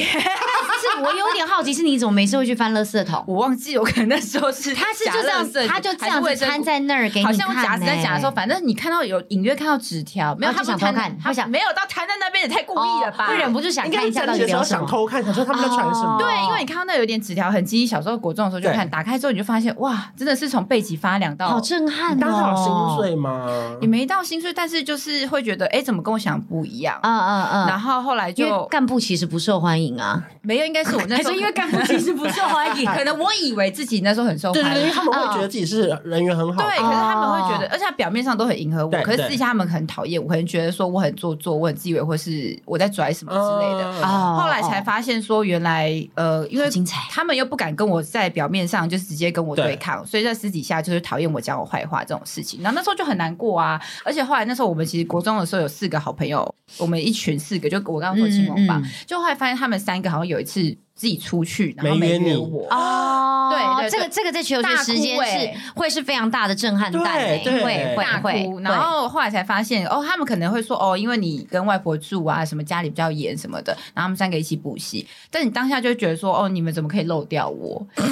[SPEAKER 3] 是我有点好奇，是你怎么没事会去翻垃圾桶？
[SPEAKER 2] 我忘 记，我可能那时候是
[SPEAKER 3] 他是就
[SPEAKER 2] 夹
[SPEAKER 3] 这样
[SPEAKER 2] 垃圾，
[SPEAKER 3] 他就这
[SPEAKER 2] 还
[SPEAKER 3] 样
[SPEAKER 2] 是卫
[SPEAKER 3] 子
[SPEAKER 2] 生
[SPEAKER 3] 摊在那儿给你
[SPEAKER 2] 好
[SPEAKER 3] 看呢。
[SPEAKER 2] 像我夹子在夹的时候，反正你看到有隐约看到纸条，没有
[SPEAKER 3] 啊
[SPEAKER 2] 他
[SPEAKER 3] 就
[SPEAKER 2] 不
[SPEAKER 3] 想
[SPEAKER 2] 摊
[SPEAKER 3] 偷看
[SPEAKER 2] 他
[SPEAKER 3] 会想
[SPEAKER 2] 没有到摊在那边也太故意了吧？
[SPEAKER 3] 哦会忍不住想
[SPEAKER 1] 应
[SPEAKER 3] 看
[SPEAKER 1] 该
[SPEAKER 3] 一
[SPEAKER 1] 是
[SPEAKER 3] 下
[SPEAKER 1] 整
[SPEAKER 3] 到
[SPEAKER 1] 理
[SPEAKER 3] 底
[SPEAKER 1] 的时
[SPEAKER 3] 聊
[SPEAKER 1] 候
[SPEAKER 3] 什
[SPEAKER 1] 想
[SPEAKER 3] 么。
[SPEAKER 1] 偷看，想说他们在传什么。
[SPEAKER 3] 哦
[SPEAKER 2] 对，因为你看到那有点纸条痕迹，小时候国中的时候就看，
[SPEAKER 1] 对
[SPEAKER 2] 打开之后你就发现哇，真的是从背脊发凉到
[SPEAKER 3] 好震撼
[SPEAKER 1] 你当时有
[SPEAKER 3] 哦！
[SPEAKER 1] 心碎吗
[SPEAKER 2] 也？没到心碎，但是就是会觉得哎，怎么跟我想不一样？
[SPEAKER 3] 嗯嗯嗯，
[SPEAKER 2] 然后后来
[SPEAKER 3] 因为
[SPEAKER 2] 就
[SPEAKER 3] 干部其实不受欢迎啊，
[SPEAKER 2] 没有，应该是我那时候
[SPEAKER 3] 干部其实不受欢 迎
[SPEAKER 2] 可能我以为自己那时候很受
[SPEAKER 1] 对对
[SPEAKER 2] 欢
[SPEAKER 1] 对，因
[SPEAKER 2] 迎
[SPEAKER 1] 为。他们
[SPEAKER 3] 嗯
[SPEAKER 1] 会觉得自己是人缘很好，啊
[SPEAKER 2] 对，可是他们会觉得，而且他表面上都很迎合我
[SPEAKER 1] 哦对，
[SPEAKER 2] 可是
[SPEAKER 1] 对
[SPEAKER 2] 私下他们很讨厌我，可能觉得说我很做作，我很自以为，或是我在拽什么之类的。
[SPEAKER 1] 啊，
[SPEAKER 3] 哦
[SPEAKER 2] 后来才发现说，原来呃，因为
[SPEAKER 3] 好精彩
[SPEAKER 2] 他们又不敢跟我在表面上就是直接跟我对抗，所以在私底下就是讨厌我讲我坏话这种事情。然后那时候就很难过啊，而且后来那时候我们其实国中的时候有四个好朋友，我们一群四个，就我刚刚说青龙吧，
[SPEAKER 3] 嗯嗯嗯
[SPEAKER 2] 就后来发现他们三个好像有一次自己出去，然后
[SPEAKER 1] 没约
[SPEAKER 2] 没约
[SPEAKER 1] 你
[SPEAKER 2] 我。
[SPEAKER 3] 哦，
[SPEAKER 2] 对对对
[SPEAKER 3] 这个这个在求学时间
[SPEAKER 2] 大哭欸
[SPEAKER 3] 是会是非常大的震撼弹欸，
[SPEAKER 1] 对对
[SPEAKER 3] 会
[SPEAKER 2] 大
[SPEAKER 3] 会会
[SPEAKER 2] 哭，，
[SPEAKER 3] 会
[SPEAKER 2] 然后后来才发现哦，他们可能会说哦，因为你跟外婆住啊，什么家里比较严什么的，然后他们三个一起补习，但你当下就会觉得说哦，你们怎么可以漏掉我？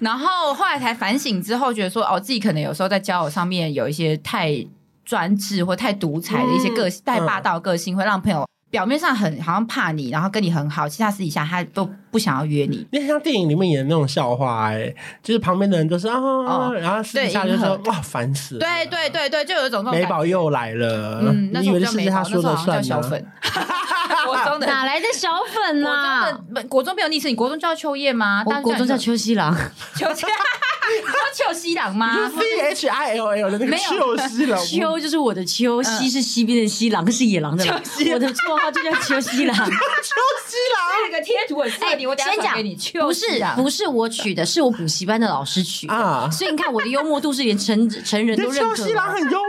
[SPEAKER 2] 然后后来才反省之后，觉得说哦，自己可能有时候在交友上面有一些太专制或太独裁的一些个性，
[SPEAKER 3] 嗯
[SPEAKER 2] 太霸道的个性，会让朋友。表面上很好像怕你，然后跟你很好，其实他私底下他都不想要约你。
[SPEAKER 1] 你很像电影里面演的那种笑话、哎，就是旁边的人都是啊，然后私底下就说
[SPEAKER 2] 对
[SPEAKER 1] 哇烦死了，
[SPEAKER 2] 对对对对，就有一种这种感
[SPEAKER 1] 美
[SPEAKER 2] 觉
[SPEAKER 1] 宝又来了，
[SPEAKER 2] 嗯，那
[SPEAKER 1] 你
[SPEAKER 2] 时
[SPEAKER 1] 以
[SPEAKER 2] 候
[SPEAKER 1] 为
[SPEAKER 2] 叫
[SPEAKER 1] 是不是他
[SPEAKER 2] 美宝，那时候
[SPEAKER 1] 说
[SPEAKER 2] 好
[SPEAKER 1] 了
[SPEAKER 2] 像叫
[SPEAKER 1] 算
[SPEAKER 2] 小
[SPEAKER 1] 呢？
[SPEAKER 2] 粉，国中 的。
[SPEAKER 3] 哪来的小粉啊
[SPEAKER 2] 国
[SPEAKER 3] 呐、
[SPEAKER 2] 中的国中没有昵称，你国中叫秋叶吗？
[SPEAKER 3] 我
[SPEAKER 2] 大
[SPEAKER 3] 国中叫
[SPEAKER 2] 秋
[SPEAKER 3] 秋西郎，
[SPEAKER 2] 秋叶， 你叫秋西郎吗？
[SPEAKER 1] C H I L L 的那个
[SPEAKER 2] 没有
[SPEAKER 1] 秀西了，
[SPEAKER 3] 秋就是我的秋，西是西边的西，郎是野狼的狼。我的绰号就叫秋西 郎。
[SPEAKER 2] 这个贴图很适合你，我等一下
[SPEAKER 3] 哎先
[SPEAKER 2] 传
[SPEAKER 3] 讲
[SPEAKER 2] 给你。秋
[SPEAKER 3] 不是
[SPEAKER 2] 西郎
[SPEAKER 3] 不是我取的，是我补习班的老师取的。
[SPEAKER 1] 啊
[SPEAKER 3] 所以你看我的幽默度是连成成人
[SPEAKER 1] 你
[SPEAKER 3] 都
[SPEAKER 1] 的
[SPEAKER 3] 认
[SPEAKER 1] 秀
[SPEAKER 3] 可
[SPEAKER 1] 西郎
[SPEAKER 3] 的。
[SPEAKER 1] 很幽默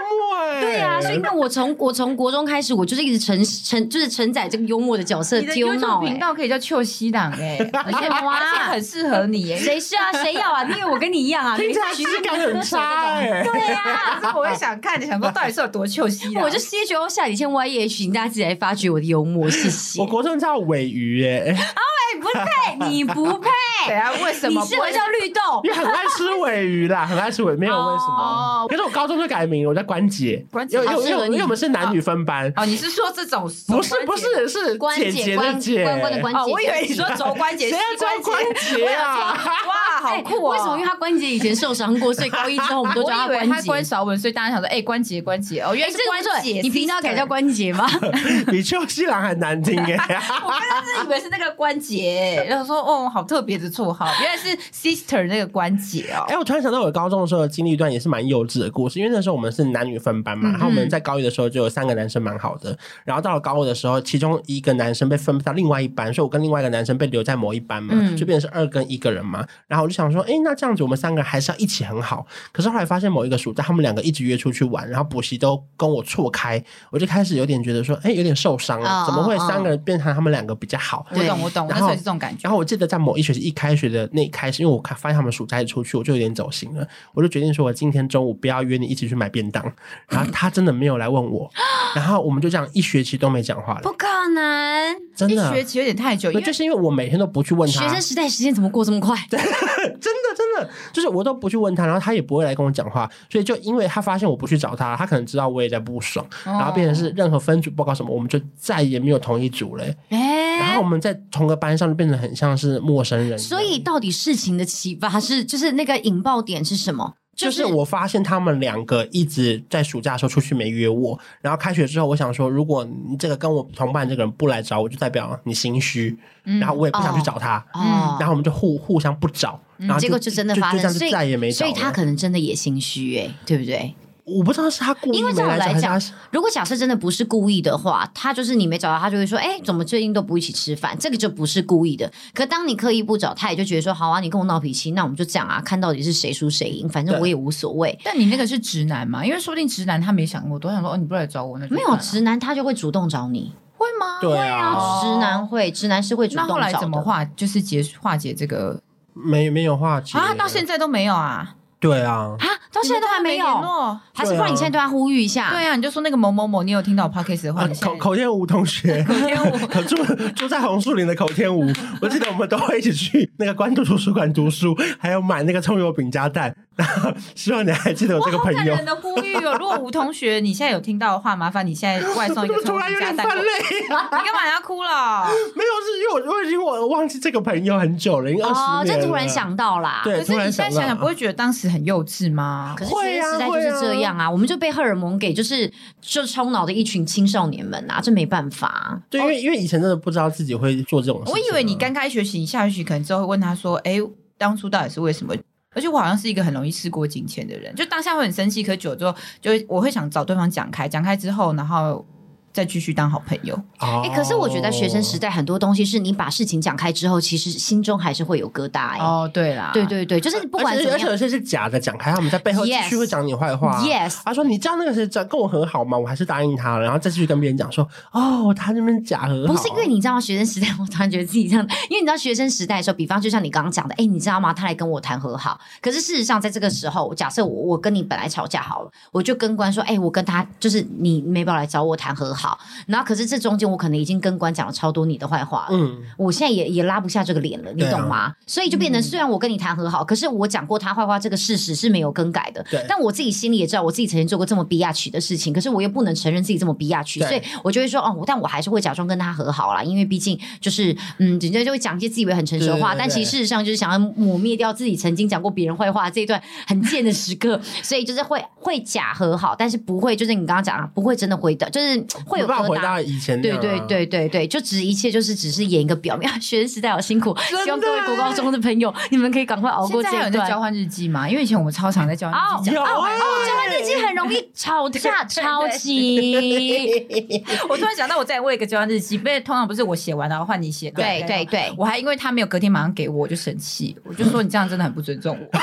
[SPEAKER 1] 哎、
[SPEAKER 3] 对啊，所以那我从我从国中开始，我就是一直承承就是承载这个幽默的角色
[SPEAKER 2] 你的
[SPEAKER 3] 丢闹
[SPEAKER 2] YouTube
[SPEAKER 3] 欸
[SPEAKER 2] 频道可以叫秋西党哎， 而且
[SPEAKER 3] 哇
[SPEAKER 2] 哇，而且很适合你欸 耶。
[SPEAKER 3] 谁是啊？谁要啊？因为我跟你一样啊，
[SPEAKER 1] 听起来
[SPEAKER 3] 没事
[SPEAKER 1] 质感很差哎、
[SPEAKER 2] 对呀，这我也想看，你想说到底是有多秋西？
[SPEAKER 3] 啊我就 C H O 下底线 Y E H，你大家自己来发掘我的幽默，谢谢
[SPEAKER 1] 我。国中叫尾鱼哎、
[SPEAKER 3] 你不配，你不配，
[SPEAKER 2] 等下为什
[SPEAKER 3] 你
[SPEAKER 2] 么
[SPEAKER 3] 适
[SPEAKER 2] 不
[SPEAKER 3] 合
[SPEAKER 2] 会
[SPEAKER 3] 叫绿豆
[SPEAKER 1] 因。为很爱吃尾鱼啦，很爱吃尾，没有为什么。
[SPEAKER 2] 哦
[SPEAKER 1] 可是我高中就改名了，我叫关姐，
[SPEAKER 2] 关姐
[SPEAKER 1] 因为因
[SPEAKER 3] 好
[SPEAKER 1] 为
[SPEAKER 3] 适
[SPEAKER 1] 因
[SPEAKER 3] 合
[SPEAKER 1] 为
[SPEAKER 3] 你
[SPEAKER 1] 因为我们是男女分班，
[SPEAKER 2] 哦，你是说这种
[SPEAKER 1] 不是
[SPEAKER 2] 手
[SPEAKER 1] 不
[SPEAKER 2] 关
[SPEAKER 1] 是
[SPEAKER 2] 节
[SPEAKER 1] 是
[SPEAKER 3] 关
[SPEAKER 1] 姐
[SPEAKER 3] 节
[SPEAKER 1] 姐的
[SPEAKER 3] 关
[SPEAKER 1] 姐，
[SPEAKER 3] 关关的关
[SPEAKER 2] 哦，我以为你说肘关节，
[SPEAKER 1] 谁要
[SPEAKER 2] 膝
[SPEAKER 1] 叫关节啊？
[SPEAKER 2] 哇，好
[SPEAKER 3] 哎
[SPEAKER 2] 酷哦！
[SPEAKER 3] 为什么？因为他关节以前受伤过，所以高一之后我们都
[SPEAKER 2] 我
[SPEAKER 3] 叫他
[SPEAKER 2] 以为
[SPEAKER 3] 关
[SPEAKER 2] 他
[SPEAKER 3] 节。
[SPEAKER 2] 关少文，所以大家想说，哎，关节关节哦，原
[SPEAKER 3] 哎，
[SPEAKER 2] 来是
[SPEAKER 3] 这个不
[SPEAKER 2] 关
[SPEAKER 3] 错
[SPEAKER 2] 节。
[SPEAKER 3] 你频道改叫，关节吗？
[SPEAKER 1] 比邱西郎还难听 哎、
[SPEAKER 2] sister 我刚刚 是以为是那个关节，然后说哦，好特别的绰号，原来是 sister 那个关节哦
[SPEAKER 1] 哎、。我突然想到，我高中的时候经历一段也是蛮幼稚的故事，因为那时候我们是男女分班嘛，然后我
[SPEAKER 3] 嗯
[SPEAKER 1] 们在高一的时候就有三个男生蛮好的，然后到了高二的时候，其中一个男生被分配到另外一班，所以我跟另外一个男生被留在某一班嘛，
[SPEAKER 3] 嗯
[SPEAKER 1] 就变成是二跟一个人嘛。然后我就想说，哎、那这样子我们三个还是要一起很好。可是后来发现某一个暑假，他们两个一直约出去玩，然后补习都跟我错开，我就开始有点觉得说，哎、有点受伤了，
[SPEAKER 3] 哦
[SPEAKER 1] 怎么会
[SPEAKER 3] 哦嗯
[SPEAKER 1] 三个人变成他们两个比较好？
[SPEAKER 3] 哎
[SPEAKER 2] 我懂，我懂，我那
[SPEAKER 1] 然
[SPEAKER 2] 时
[SPEAKER 1] 后
[SPEAKER 2] 候也是这种感觉。
[SPEAKER 1] 然后我记得在某一学期一开学的那一开始，因为我看发现他们暑假一出去，我就有点走心了，我就决定说我今天中午不要约你一起去买 便当。然后他真的没有来问我，然后我们就这样一学期都没讲话了，
[SPEAKER 3] 不可能，
[SPEAKER 1] 真
[SPEAKER 2] 一
[SPEAKER 1] 的。
[SPEAKER 2] 哎
[SPEAKER 3] 哦
[SPEAKER 2] 学期有点太久，因
[SPEAKER 1] 对
[SPEAKER 2] 为
[SPEAKER 1] 就是因为我每天都不去问他，
[SPEAKER 3] 学生时代时间怎么过这么快？
[SPEAKER 1] 真的真的，就是我都不去问他，然后他也不会来跟我讲话，所以就因为他发现我不去找他，他可能知道我也在不爽，
[SPEAKER 3] 哦
[SPEAKER 1] 然后
[SPEAKER 2] 哦
[SPEAKER 1] 变成是任何分组报告什么，我们就再也没有同一组嘞、然
[SPEAKER 3] 哎
[SPEAKER 1] 后我，们在同个班上就变得很像是陌生人一样，
[SPEAKER 3] 所以到底事情的启发是，就是那个引爆点是什么？
[SPEAKER 1] 就是我发现他们两个一直在暑假的时候出去没约我，然后开学之后，我想说，如果你这个跟我同伴这个人不来找我，就代表你心虚，
[SPEAKER 2] 嗯
[SPEAKER 1] 然后我也不想去找他，
[SPEAKER 3] 哦嗯
[SPEAKER 1] 然后我们就互互相不找，然后
[SPEAKER 3] 结果就真的
[SPEAKER 1] 就
[SPEAKER 3] 发
[SPEAKER 1] 就
[SPEAKER 3] 生，
[SPEAKER 1] 这
[SPEAKER 3] 所
[SPEAKER 1] 样
[SPEAKER 3] 以
[SPEAKER 1] 就再也没找
[SPEAKER 3] 所
[SPEAKER 1] 了。
[SPEAKER 3] 以他可能真的也心虚，哎，对不对？
[SPEAKER 1] 我不知道是他故意
[SPEAKER 3] 因为
[SPEAKER 1] 没
[SPEAKER 3] 照我
[SPEAKER 1] 来找，
[SPEAKER 3] 来
[SPEAKER 1] 还是
[SPEAKER 3] 讲
[SPEAKER 1] 他
[SPEAKER 3] 如果假设真的不是故意的话，他就是你没找到，他就会说：“哎、怎么最近都不一起吃饭？”这个就不是故意的。可当你刻意不找，他也就觉得说：“好啊，你跟我闹脾气，那我们就这样啊，看到底是谁输谁赢，反正
[SPEAKER 1] 对
[SPEAKER 3] 我也无所谓。
[SPEAKER 2] 但你那个是直男嘛？因为说不定直男他没想过，都想说哦，你不来找我，那”就
[SPEAKER 3] 没有
[SPEAKER 2] 算了
[SPEAKER 3] 直男，他就会主动找你。
[SPEAKER 2] 会吗？
[SPEAKER 1] 对
[SPEAKER 2] 哦
[SPEAKER 1] 啊，
[SPEAKER 3] 直男会，直男是会主
[SPEAKER 2] 那后
[SPEAKER 3] 动找
[SPEAKER 2] 来
[SPEAKER 3] 的。
[SPEAKER 2] 怎么化？就是结束化解这个
[SPEAKER 1] 没没有话题
[SPEAKER 2] 啊？到现在都没有啊？
[SPEAKER 1] 对啊，
[SPEAKER 3] 啊？到现在都还没有，
[SPEAKER 2] 你们都还没联络
[SPEAKER 3] 还是不然你现在对他呼吁一下？
[SPEAKER 2] 对啊，你就说那个某某某，你有听到我 podcast 的话，
[SPEAKER 1] 啊
[SPEAKER 2] 你现
[SPEAKER 1] 口
[SPEAKER 2] 在
[SPEAKER 1] 口天吴同 学。
[SPEAKER 2] 天我
[SPEAKER 1] 可 住住在红树林的口天吴， 我记得我们都会一起去那个关渡图书馆读书，还有买那个葱油饼加蛋。 然后希望你还记得我这个
[SPEAKER 2] 哇，好
[SPEAKER 1] 朋
[SPEAKER 2] 感
[SPEAKER 1] 友
[SPEAKER 2] 人。的呼吁哦！如果吴同学你现在有听到的话，麻烦你现在 外送一个
[SPEAKER 1] 突
[SPEAKER 2] 葱
[SPEAKER 1] 然有
[SPEAKER 2] 油
[SPEAKER 1] 点
[SPEAKER 2] 加
[SPEAKER 1] 犯
[SPEAKER 2] 蛋。你
[SPEAKER 1] 累、啊
[SPEAKER 2] 干嘛要哭了？
[SPEAKER 1] 没有，是因为我我已经我忘记这个朋友很久了，已经二十
[SPEAKER 3] 哦，
[SPEAKER 1] 年了。
[SPEAKER 3] 这突然想到啦。
[SPEAKER 1] 对
[SPEAKER 2] 可是
[SPEAKER 1] 突然
[SPEAKER 2] 你现在
[SPEAKER 1] 想到
[SPEAKER 2] 想想，不会觉得当时很幼稚吗？
[SPEAKER 3] 可是
[SPEAKER 1] 会
[SPEAKER 3] 学
[SPEAKER 1] 啊
[SPEAKER 3] 生时代就
[SPEAKER 1] 会
[SPEAKER 3] 是
[SPEAKER 1] 啊
[SPEAKER 3] 这样啊，我们就被荷尔蒙给就是就冲脑的一群青少年们啊，这没办法啊、
[SPEAKER 1] 对，因为因为以前真的不知道自己会做这种事情啊。
[SPEAKER 2] 我以为你刚开学期，你下学期可能之后会问他说：“哎，当初到底是为什么？”而且我好像是一个很容易事过境迁的人，就当下会很生气，可久了之后，就会我会想找对方讲开，讲开之后，然后再继续当好朋友。
[SPEAKER 1] 哦，
[SPEAKER 3] 哎、可是我觉得学生时代很多东西是你把事情讲开之后，其实心中还是会有疙瘩、欸。哦，，
[SPEAKER 2] 对啦
[SPEAKER 3] 对，对对，就是不
[SPEAKER 1] 而
[SPEAKER 3] 管
[SPEAKER 1] 且
[SPEAKER 3] 怎么
[SPEAKER 1] 而且
[SPEAKER 3] 样
[SPEAKER 1] 有些是假的讲开，他们在背后继
[SPEAKER 3] Yes
[SPEAKER 1] 续会讲你坏话啊。
[SPEAKER 3] ，yes，
[SPEAKER 1] 他说：“你知道那个谁讲跟我很好吗？我还是答应他了，然后再继续跟别人讲说，哦，他那边假和好。”
[SPEAKER 3] 不是因为你知道吗？学生时代，我突然觉得自己这样，因为你知道学生时代的时候，比方就像你刚刚讲的，哎、你知道吗？他来跟我谈和好，可是事实上在这个时候，假设我我跟你本来吵架好了，我就跟官说，哎、我跟他就是你没办法来找我谈和好，然后可是这中间我可能已经跟官讲了超多你的坏话了，
[SPEAKER 1] 嗯，
[SPEAKER 3] 我现在也也拉不下这个脸了，你
[SPEAKER 1] 对啊嗯
[SPEAKER 3] 懂吗？所以就变成，虽然我跟你谈和好，可是我讲过他坏话这个事实是没有更改的。
[SPEAKER 1] 对
[SPEAKER 3] 但我自己心里也知道，我自己曾经做过这么逼下去的事情，可是我又不能承认自己这么逼下去，
[SPEAKER 1] 对
[SPEAKER 3] 所以我就会说，哦，但我还是会假装跟他和好啦，因为毕竟就是，嗯，人家就会讲一些自以为很成熟的话，
[SPEAKER 1] 对对对
[SPEAKER 3] 但其实事实上就是想要抹灭掉自己曾经讲过别人坏话这一段很贱的时刻，所以就是会会假和好，但是不会，就是你刚刚讲啊，不会真的回到，就是会有
[SPEAKER 1] 没办法
[SPEAKER 3] 疙
[SPEAKER 1] 回
[SPEAKER 3] 瘩
[SPEAKER 1] 到以前那
[SPEAKER 3] 对
[SPEAKER 1] 样啊
[SPEAKER 3] 对对对对，就只一切就是只是演一个表面。 学生时代好辛苦，希望各位国高中的朋友，你们可以赶快熬过
[SPEAKER 2] 现在
[SPEAKER 3] 这
[SPEAKER 2] 还有
[SPEAKER 3] 一
[SPEAKER 2] 人在
[SPEAKER 3] 段。哦
[SPEAKER 2] 交换日记吗？因为以前我们超常在交换日记
[SPEAKER 1] 有
[SPEAKER 2] 讲。
[SPEAKER 1] 啊，
[SPEAKER 3] 交换日记很 容易吵架，超级
[SPEAKER 2] 我突然想到，我再为一个交换日记，因为通常不是我写完然后换你写，
[SPEAKER 3] 对对对
[SPEAKER 2] 我还因为他没有隔天马上给我，我就生气，我就说你这样真的很不尊重我。哎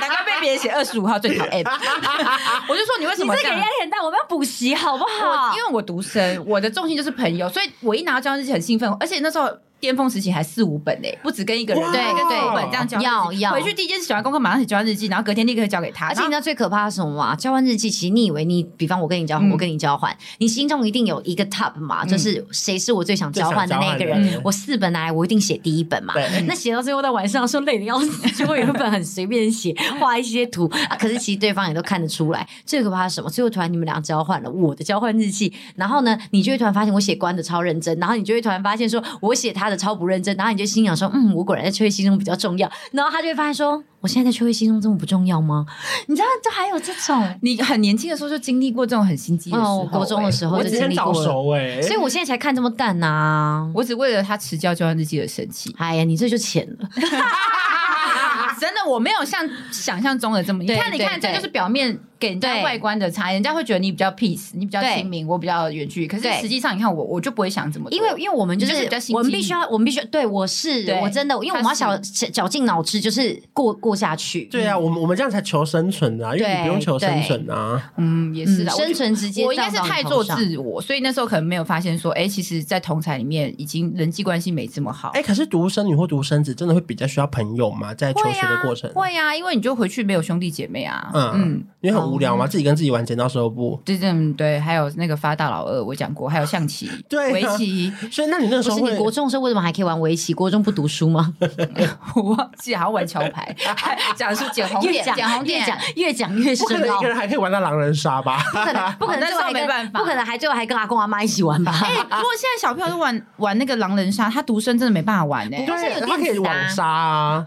[SPEAKER 2] 难怪被别写二十五号最讨厌。 我就说你为什
[SPEAKER 3] 你
[SPEAKER 2] 么
[SPEAKER 3] 这
[SPEAKER 2] 这
[SPEAKER 3] 给
[SPEAKER 2] 样
[SPEAKER 3] 压力？很大，我们要补习好不好？
[SPEAKER 2] 我因为我独生，我的重心就是朋友，所以我一拿到交换日记很兴奋，而且那时候巅峰时期还四五本呢、不止跟一个人，
[SPEAKER 1] 哇
[SPEAKER 2] 对跟四五本这样交换日记
[SPEAKER 3] 要要
[SPEAKER 2] 回去第一件事写完功课，马上写交换日记，然后隔天立刻交给他，
[SPEAKER 3] 而且
[SPEAKER 2] 然后
[SPEAKER 3] 你知道最可怕的是什么吗？交换日记，其实你以为你，比方我跟你交换，
[SPEAKER 2] 嗯
[SPEAKER 3] 我跟你交换，你心中一定有一个 top 嘛，就是谁是我最想交换的那个
[SPEAKER 1] 最想交换的
[SPEAKER 3] 人
[SPEAKER 1] 人。
[SPEAKER 3] 我四本拿来，我一定写第一本嘛。
[SPEAKER 1] 对，
[SPEAKER 3] 那写到最后到晚上说累的要死，结果有一本很随便写，画一些图啊，可是其实对方也都看得出来。最可怕的是什么？最后突然你们俩交换了我的交换日记，然后呢，你就会突然发现我写关的超认真，然后你就会突然发现说我写他的超不认真，然后你就心想说，嗯，我果然在秋叶心中比较重要，然后他就会发现说，我现在在秋叶心中这么不重要吗？你知道，这还有这种。
[SPEAKER 2] 你很年轻的时候就经历过这种很心机的时候、哎
[SPEAKER 3] 哦，我国中的时候
[SPEAKER 1] 欸我
[SPEAKER 3] 就
[SPEAKER 1] 今
[SPEAKER 3] 经
[SPEAKER 1] 天
[SPEAKER 3] 历
[SPEAKER 1] 早
[SPEAKER 3] 过了，
[SPEAKER 1] 熟哎，
[SPEAKER 3] 所以我现在才看这么淡啊！。
[SPEAKER 2] 我只为了他迟交交换日记而生气
[SPEAKER 3] 哎呀，你这就浅了。
[SPEAKER 2] 真的，我没有像想象中的这么。你
[SPEAKER 3] 对
[SPEAKER 2] 看，你看，
[SPEAKER 3] 对
[SPEAKER 2] 这
[SPEAKER 3] 对
[SPEAKER 2] 就是表面给人家
[SPEAKER 3] 对
[SPEAKER 2] 外观的差，人家会觉得你比较 peace，你比较
[SPEAKER 3] 对
[SPEAKER 2] 亲民，我比较远距离。可是
[SPEAKER 3] 对
[SPEAKER 2] 实际上，你看我，我就不会想这么多。
[SPEAKER 3] 因为因为我们就
[SPEAKER 2] 你就是
[SPEAKER 3] 是
[SPEAKER 2] 比较心机
[SPEAKER 3] 我们必须要我们必须对我是
[SPEAKER 2] 对
[SPEAKER 3] 我真的，因为我们要
[SPEAKER 2] 他
[SPEAKER 3] 绞
[SPEAKER 2] 是
[SPEAKER 3] 绞尽脑汁，就是过过下去。
[SPEAKER 1] 对啊，我们我们这样才求生存啊，因为你不用求生存啊。
[SPEAKER 2] 嗯，也是
[SPEAKER 3] 嗯，
[SPEAKER 2] 的，
[SPEAKER 3] 生存直接
[SPEAKER 2] 我应该是
[SPEAKER 3] 照到你
[SPEAKER 2] 太
[SPEAKER 3] 头
[SPEAKER 2] 做
[SPEAKER 3] 上。
[SPEAKER 2] 自我，所以那时候可能没有发现说，哎、其实，在同才里面已经人际关系没这么好。
[SPEAKER 1] 哎，可是独生女或独生子真的会比较需要朋友吗？在求
[SPEAKER 3] 啊
[SPEAKER 2] 会
[SPEAKER 1] 学
[SPEAKER 2] 呀、
[SPEAKER 1] 的过程，
[SPEAKER 2] 会呀、因为你就回去没有兄弟姐妹啊。
[SPEAKER 1] 嗯
[SPEAKER 2] 嗯，
[SPEAKER 1] 因为很无聊嘛，自己跟自己玩剪刀石头布。
[SPEAKER 2] 对对嗯对，还有那个发大老二，我讲过，还有象棋、
[SPEAKER 1] 对啊
[SPEAKER 2] 围棋，
[SPEAKER 1] 所以那你那个时
[SPEAKER 3] 不
[SPEAKER 1] 候
[SPEAKER 3] 是
[SPEAKER 1] 会
[SPEAKER 3] 你国中的时候为什么还可以玩围棋？国中不读书 吗？
[SPEAKER 2] 我忘记还要玩桥牌，还讲是捡红
[SPEAKER 3] 越
[SPEAKER 2] 点，
[SPEAKER 3] 讲
[SPEAKER 2] 捡红
[SPEAKER 3] 越
[SPEAKER 2] 点
[SPEAKER 3] 讲。越讲越
[SPEAKER 1] 不可
[SPEAKER 3] 深
[SPEAKER 1] 能
[SPEAKER 3] 奥
[SPEAKER 1] 一
[SPEAKER 2] 啊
[SPEAKER 1] 个，人还可以玩到狼人杀吧？
[SPEAKER 3] 不可能不可能
[SPEAKER 2] 那
[SPEAKER 3] 最
[SPEAKER 2] 时
[SPEAKER 3] 后
[SPEAKER 2] 候
[SPEAKER 3] 还
[SPEAKER 2] 没
[SPEAKER 3] 跟
[SPEAKER 2] 办法
[SPEAKER 3] 不可能还最后还跟阿公阿妈一起玩吧？
[SPEAKER 2] 哎、如果现在小朋友都玩玩那个狼人杀，他独生真的没办法玩哎、
[SPEAKER 1] 对，
[SPEAKER 3] 是有
[SPEAKER 1] 他可
[SPEAKER 3] 电
[SPEAKER 1] 以
[SPEAKER 3] 子的啊
[SPEAKER 1] 网杀啊。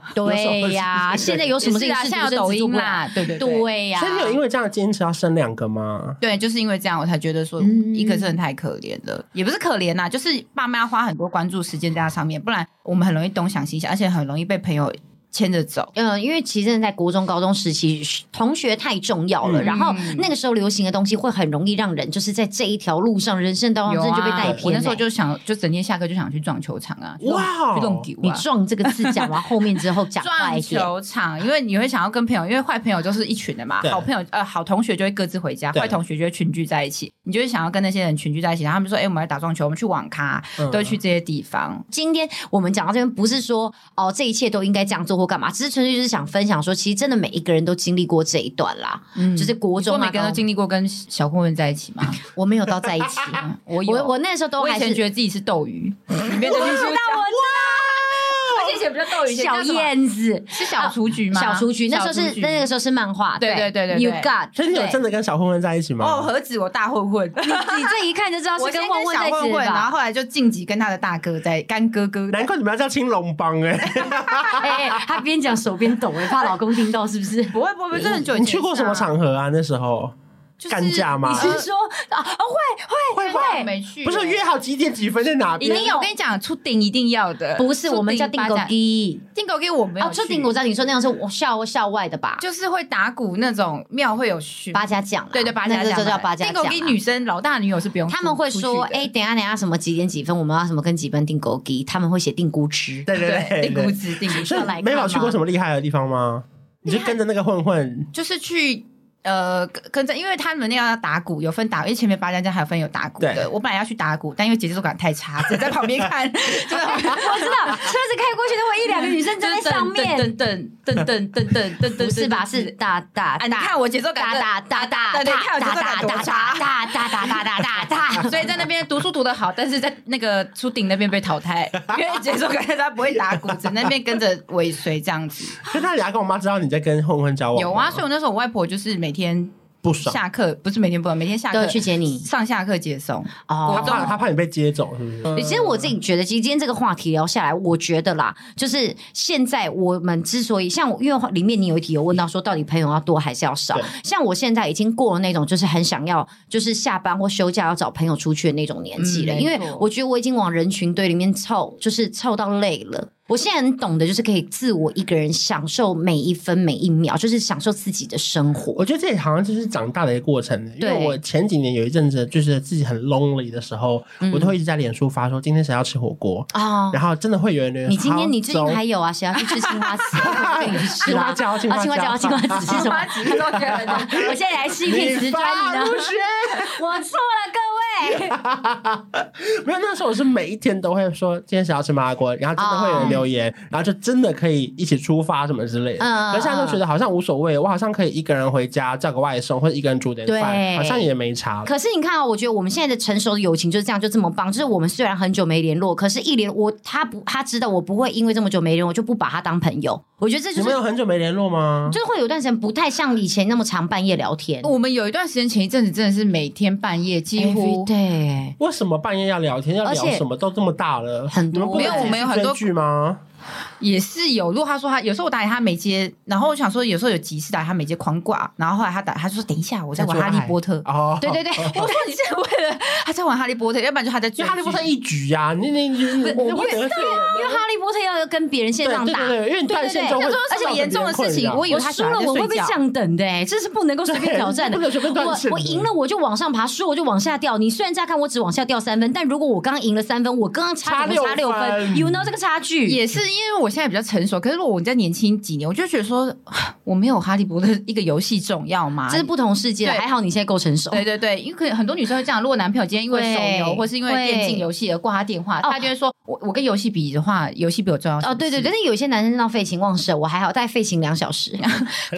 [SPEAKER 3] 对呀，
[SPEAKER 1] 有时候
[SPEAKER 3] 现在有什么事
[SPEAKER 2] 也
[SPEAKER 3] 情
[SPEAKER 2] 是啊
[SPEAKER 3] 是
[SPEAKER 2] 现在有
[SPEAKER 3] 独生子
[SPEAKER 2] 抖音
[SPEAKER 3] 做不
[SPEAKER 2] 啦
[SPEAKER 3] 了
[SPEAKER 2] 对对对
[SPEAKER 3] 对呀
[SPEAKER 1] 所以你有因为这样坚持要生两个吗？
[SPEAKER 2] 对，就是因为这样，我才觉得说
[SPEAKER 3] 嗯
[SPEAKER 2] 一个真的太可怜了，也不是可怜呐、啊就是爸妈花很多关注时间在他上面，不然我们很容易东想西想，而且很容易被朋友牵着走。
[SPEAKER 3] 嗯，因为其实真的在国中、高中时期，同学太重要了。
[SPEAKER 1] 嗯
[SPEAKER 3] 然后那个时候流行的东西，会很容易让人就是在这一条路上，人生道
[SPEAKER 2] 有
[SPEAKER 3] 上真
[SPEAKER 2] 啊，
[SPEAKER 3] 的就被带
[SPEAKER 2] 我
[SPEAKER 3] 偏、欸。
[SPEAKER 2] 那时候就想，就整天下课就想去撞球场啊，去弄
[SPEAKER 1] 哇
[SPEAKER 2] 去弄球
[SPEAKER 3] 你
[SPEAKER 2] 啊。
[SPEAKER 3] 撞这个字 讲完后面之后讲快
[SPEAKER 2] 撞
[SPEAKER 3] 一点，
[SPEAKER 2] 球场，因为你会想要跟朋友，因为坏朋友就是一群的嘛，
[SPEAKER 1] 对
[SPEAKER 2] 好朋友呃好同学就会各自回家，
[SPEAKER 1] 对
[SPEAKER 2] 坏同学就会群聚在一起，你就会想要跟那些人群聚在一起，然后他们说，哎、我们来打撞球，我们去网咖，
[SPEAKER 1] 嗯
[SPEAKER 2] 都会去这些地方，
[SPEAKER 3] 今天我们讲到这边，不是说哦这一切都应该这样做或干嘛，只是纯粹就是想分享说，其实真的每一个人都经历过这一段啦，
[SPEAKER 2] 嗯
[SPEAKER 3] 就是国
[SPEAKER 2] 你说
[SPEAKER 3] 中
[SPEAKER 2] 每
[SPEAKER 3] 啊，
[SPEAKER 2] 个人都经历过跟小混混在一起 吗？
[SPEAKER 3] 高中我没有到在一起，
[SPEAKER 2] 我有
[SPEAKER 3] 我我那时候都
[SPEAKER 2] 我以
[SPEAKER 3] 还
[SPEAKER 2] 前
[SPEAKER 3] 是
[SPEAKER 2] 觉得自己是斗鱼，里面的 女主角，而且以前不叫斗鱼，以前
[SPEAKER 3] 小
[SPEAKER 2] 叫什么
[SPEAKER 3] 燕子。
[SPEAKER 2] 是小雏菊吗？
[SPEAKER 3] 小雏菊，那时候
[SPEAKER 2] 小雏
[SPEAKER 3] 是
[SPEAKER 1] 嗯
[SPEAKER 2] 菊
[SPEAKER 3] 那个时候是漫画，
[SPEAKER 2] 对对对对对
[SPEAKER 3] ，You got，
[SPEAKER 1] 所以你有
[SPEAKER 3] 对
[SPEAKER 1] 真的跟小混混在一起吗？
[SPEAKER 2] 哦，何止我大混混，
[SPEAKER 3] 你这一看就知道
[SPEAKER 2] 我
[SPEAKER 3] 是
[SPEAKER 2] 先
[SPEAKER 3] 跟
[SPEAKER 2] 跟
[SPEAKER 3] 混混在
[SPEAKER 2] 小啊
[SPEAKER 3] 一起
[SPEAKER 2] 混
[SPEAKER 3] 的
[SPEAKER 2] 混，然后
[SPEAKER 3] 吧？
[SPEAKER 2] 后来就晋级跟他的大哥在干哥哥，
[SPEAKER 1] 难怪你们要叫青龙帮 哎！
[SPEAKER 3] 哎，哎他边讲手边抖，哎怕老公听到是不是？
[SPEAKER 2] 不会不会，不会这很久以
[SPEAKER 1] 你
[SPEAKER 2] 前
[SPEAKER 1] 去过
[SPEAKER 2] 的事
[SPEAKER 1] 什
[SPEAKER 2] 啊
[SPEAKER 1] 么？场合啊？那时候
[SPEAKER 2] 就是
[SPEAKER 1] 干架吗
[SPEAKER 3] 你
[SPEAKER 1] 啊
[SPEAKER 3] 是说啊？哦会
[SPEAKER 1] 会
[SPEAKER 3] 会
[SPEAKER 1] 吧
[SPEAKER 2] 我
[SPEAKER 3] 会，
[SPEAKER 2] 没去，
[SPEAKER 1] 不是约好几点几分在哪
[SPEAKER 2] 一
[SPEAKER 1] 边？
[SPEAKER 2] 定有，我跟你讲，出顶一定要的，
[SPEAKER 3] 不是
[SPEAKER 2] 出
[SPEAKER 3] 我们叫定
[SPEAKER 2] 八
[SPEAKER 3] 狗
[SPEAKER 2] 家
[SPEAKER 3] 鸡。
[SPEAKER 2] 定狗给我没有
[SPEAKER 3] 哦，这
[SPEAKER 2] 去
[SPEAKER 3] 顶我知道你说那样是我校校外的吧？
[SPEAKER 2] 就是会打鼓那种庙会有巡
[SPEAKER 3] 八家将啊，
[SPEAKER 2] 对对，八家
[SPEAKER 3] 那个
[SPEAKER 2] 将
[SPEAKER 3] 就叫八家
[SPEAKER 2] 订
[SPEAKER 3] 将
[SPEAKER 2] 购
[SPEAKER 3] 啊。
[SPEAKER 2] 给女生老大女友是不用出，
[SPEAKER 3] 他们会说，
[SPEAKER 2] 出去的
[SPEAKER 3] 哎，等一下等一下，什么几点几分，我们要什么跟几分定勾机，他们会写定估值。
[SPEAKER 1] 对对
[SPEAKER 2] 对，定估
[SPEAKER 1] 对。
[SPEAKER 2] 值定估 值
[SPEAKER 1] 所以
[SPEAKER 3] 要来看
[SPEAKER 1] 没有
[SPEAKER 3] 吗
[SPEAKER 1] 去过什么厉害的地方吗？你就跟着那个混混，
[SPEAKER 2] 就是去呃跟跟着，因为他们那个要打鼓，有分打，因为前面八家将还有分有打鼓
[SPEAKER 1] 对
[SPEAKER 2] 的。我本来要去打鼓，但因为节奏感太差，只能在旁 边看，就在旁边
[SPEAKER 3] 我知道，车子开过去都会一两个女生站在上面，
[SPEAKER 2] 噔噔噔噔噔噔噔噔，
[SPEAKER 3] 不是吧？是大大
[SPEAKER 2] 啊，
[SPEAKER 3] 大，
[SPEAKER 2] 你看我节奏感
[SPEAKER 3] 大
[SPEAKER 2] 真的
[SPEAKER 3] 大大大
[SPEAKER 2] 对
[SPEAKER 3] 大
[SPEAKER 2] 对看我
[SPEAKER 3] 大
[SPEAKER 2] 节奏
[SPEAKER 3] 大
[SPEAKER 2] 感多
[SPEAKER 3] 大
[SPEAKER 2] 差
[SPEAKER 3] 大大大大大 大大。
[SPEAKER 2] 所以在那边读书读得好，但是在那个出顶那边被淘 汰，因为节奏感太差，不会打鼓，只能那边跟着尾随 这样子。
[SPEAKER 1] 跟他俩跟我妈知道你在跟混混交往吗。
[SPEAKER 2] 有啊，所以我那时候我外婆就是每天
[SPEAKER 1] 不爽，
[SPEAKER 2] 下课，不是每天不，每天下
[SPEAKER 3] 都
[SPEAKER 2] 课
[SPEAKER 3] 有去接你
[SPEAKER 2] 上下课 接送。
[SPEAKER 1] 他
[SPEAKER 3] 哦，
[SPEAKER 1] 怕他怕你被接走，是不是？
[SPEAKER 3] 其实我自己觉得，其实今天这个话题聊下来，我觉得啦，就是现在我们之所以像我，因为里面你有一题有问到说，到底朋友要多还是要少
[SPEAKER 1] 对？
[SPEAKER 3] 像我现在已经过了那种就是很想要，就是下班或休假要找朋友出去的那种年纪了，
[SPEAKER 2] 嗯没
[SPEAKER 3] 因为
[SPEAKER 2] 错
[SPEAKER 3] 我觉得我已经往人群堆里面凑，就是凑到累了。我现在很懂得，就是可以自我一个人享受每一分每一秒，就是享受自己的生活。
[SPEAKER 1] 我觉得这也好像就是长大的一个过程，因为
[SPEAKER 3] 对
[SPEAKER 1] 我前几年有一阵子就是自己很 lonely 的时候，我都会一直在脸书发说今天谁要吃火锅，
[SPEAKER 3] 嗯哦，
[SPEAKER 1] 然后真的会有人留言
[SPEAKER 3] 你今
[SPEAKER 1] 好
[SPEAKER 3] 天你最近
[SPEAKER 1] 走
[SPEAKER 3] 还有啊？谁要去吃青 花瓷？我跟你去吃啦！
[SPEAKER 1] 青花椒青花
[SPEAKER 3] 啊 青花椒，
[SPEAKER 1] 椒
[SPEAKER 3] 青花 椒是什么？
[SPEAKER 2] 几个都觉得
[SPEAKER 3] 我现在来吃一片瓷砖，你呢？我错了，各位。
[SPEAKER 1] 没有，那时候我是每一天都会说今天谁要吃麻辣锅，然后真的会有
[SPEAKER 3] 哦
[SPEAKER 1] 人留言，然后就真的可以一起出发什么之类的。
[SPEAKER 3] 嗯嗯
[SPEAKER 1] 可是现在都觉得好像无所谓，我好像可以一个人回家叫个外送，或者一个人煮点饭，
[SPEAKER 3] 对
[SPEAKER 1] 好像也没差。
[SPEAKER 3] 可是你看啊，我觉得我们现在的成熟的友情就是这样，就这么棒。就是我们虽然很久没联络，可是一联我他不他知道我不会因为这么久没联络就不把他当朋友。我觉得这
[SPEAKER 1] 你
[SPEAKER 3] 就是
[SPEAKER 1] 们有很久没联络吗？
[SPEAKER 3] 就是会有一段时间不太像以前那么常半夜聊天。
[SPEAKER 2] 我们有一段时间，前一阵子真的是每天半夜几乎
[SPEAKER 3] 对，
[SPEAKER 1] 为什么半夜要聊天？要聊
[SPEAKER 3] 而且
[SPEAKER 1] 什么都这么大了，
[SPEAKER 3] 很
[SPEAKER 1] 你
[SPEAKER 3] 多
[SPEAKER 1] 们不
[SPEAKER 2] 没有
[SPEAKER 1] 能
[SPEAKER 2] 我们有很多
[SPEAKER 1] 追剧吗？
[SPEAKER 2] 也是有。如果他说他有时候我打给他没接，然后我想说有时候有急事打给他没接，狂挂。然后后来他打，他说等一下我在玩
[SPEAKER 1] 在
[SPEAKER 2] 哈
[SPEAKER 1] 做
[SPEAKER 2] 利
[SPEAKER 1] 爱
[SPEAKER 2] 波特。
[SPEAKER 1] 哦，
[SPEAKER 2] 对对对，我说你是为了他在玩哈利波特，要不然就他在
[SPEAKER 1] 因
[SPEAKER 2] 追
[SPEAKER 1] 为哈利波特
[SPEAKER 2] 剧
[SPEAKER 1] 一局呀，你你你你
[SPEAKER 3] 我
[SPEAKER 1] 会得罪
[SPEAKER 3] 因为
[SPEAKER 1] 人的。
[SPEAKER 3] 哈利波特要跟别人线
[SPEAKER 1] 对
[SPEAKER 3] 上
[SPEAKER 1] 对
[SPEAKER 3] 打。
[SPEAKER 1] 对，对因为你在
[SPEAKER 3] 对对
[SPEAKER 1] 线中
[SPEAKER 3] 对
[SPEAKER 1] 会，
[SPEAKER 2] 而且严重的事情我以为
[SPEAKER 3] 我
[SPEAKER 2] 他
[SPEAKER 3] 输
[SPEAKER 2] 小孩
[SPEAKER 3] 了，
[SPEAKER 2] 在
[SPEAKER 3] 我会
[SPEAKER 2] 睡
[SPEAKER 3] 被
[SPEAKER 2] 觉
[SPEAKER 3] 降等的、欸，这是不能够随便 挑战的
[SPEAKER 1] 对不。能随便断线
[SPEAKER 3] 我
[SPEAKER 1] 的
[SPEAKER 3] 我赢了，我就往上爬；输了我就往下掉。你虽然这样看我只往下掉三分，但如果我刚刚赢了三分，我刚刚差
[SPEAKER 1] 差
[SPEAKER 3] 点
[SPEAKER 1] 六
[SPEAKER 3] 差六分
[SPEAKER 1] 分
[SPEAKER 3] ，you know 这个差距
[SPEAKER 2] 也是因为我现在比较成熟，可是如果我再年轻几年，我就觉得说我没有哈利波特一个游戏重要吗？
[SPEAKER 3] 这是不同世界的。
[SPEAKER 2] 对
[SPEAKER 3] 还好你现在够成熟。
[SPEAKER 2] 对对对，因为可能很多女生会这样，如果男朋友今天因为手游
[SPEAKER 3] 会
[SPEAKER 2] 或是因为电竞游戏而挂他电话，
[SPEAKER 3] 哦
[SPEAKER 2] 他就会说：“我我跟游戏比的话，游戏比我重要。”
[SPEAKER 3] 哦，对对对，，但是有些男生让废寝忘食，我还好，大概废寝两小时。
[SPEAKER 2] 反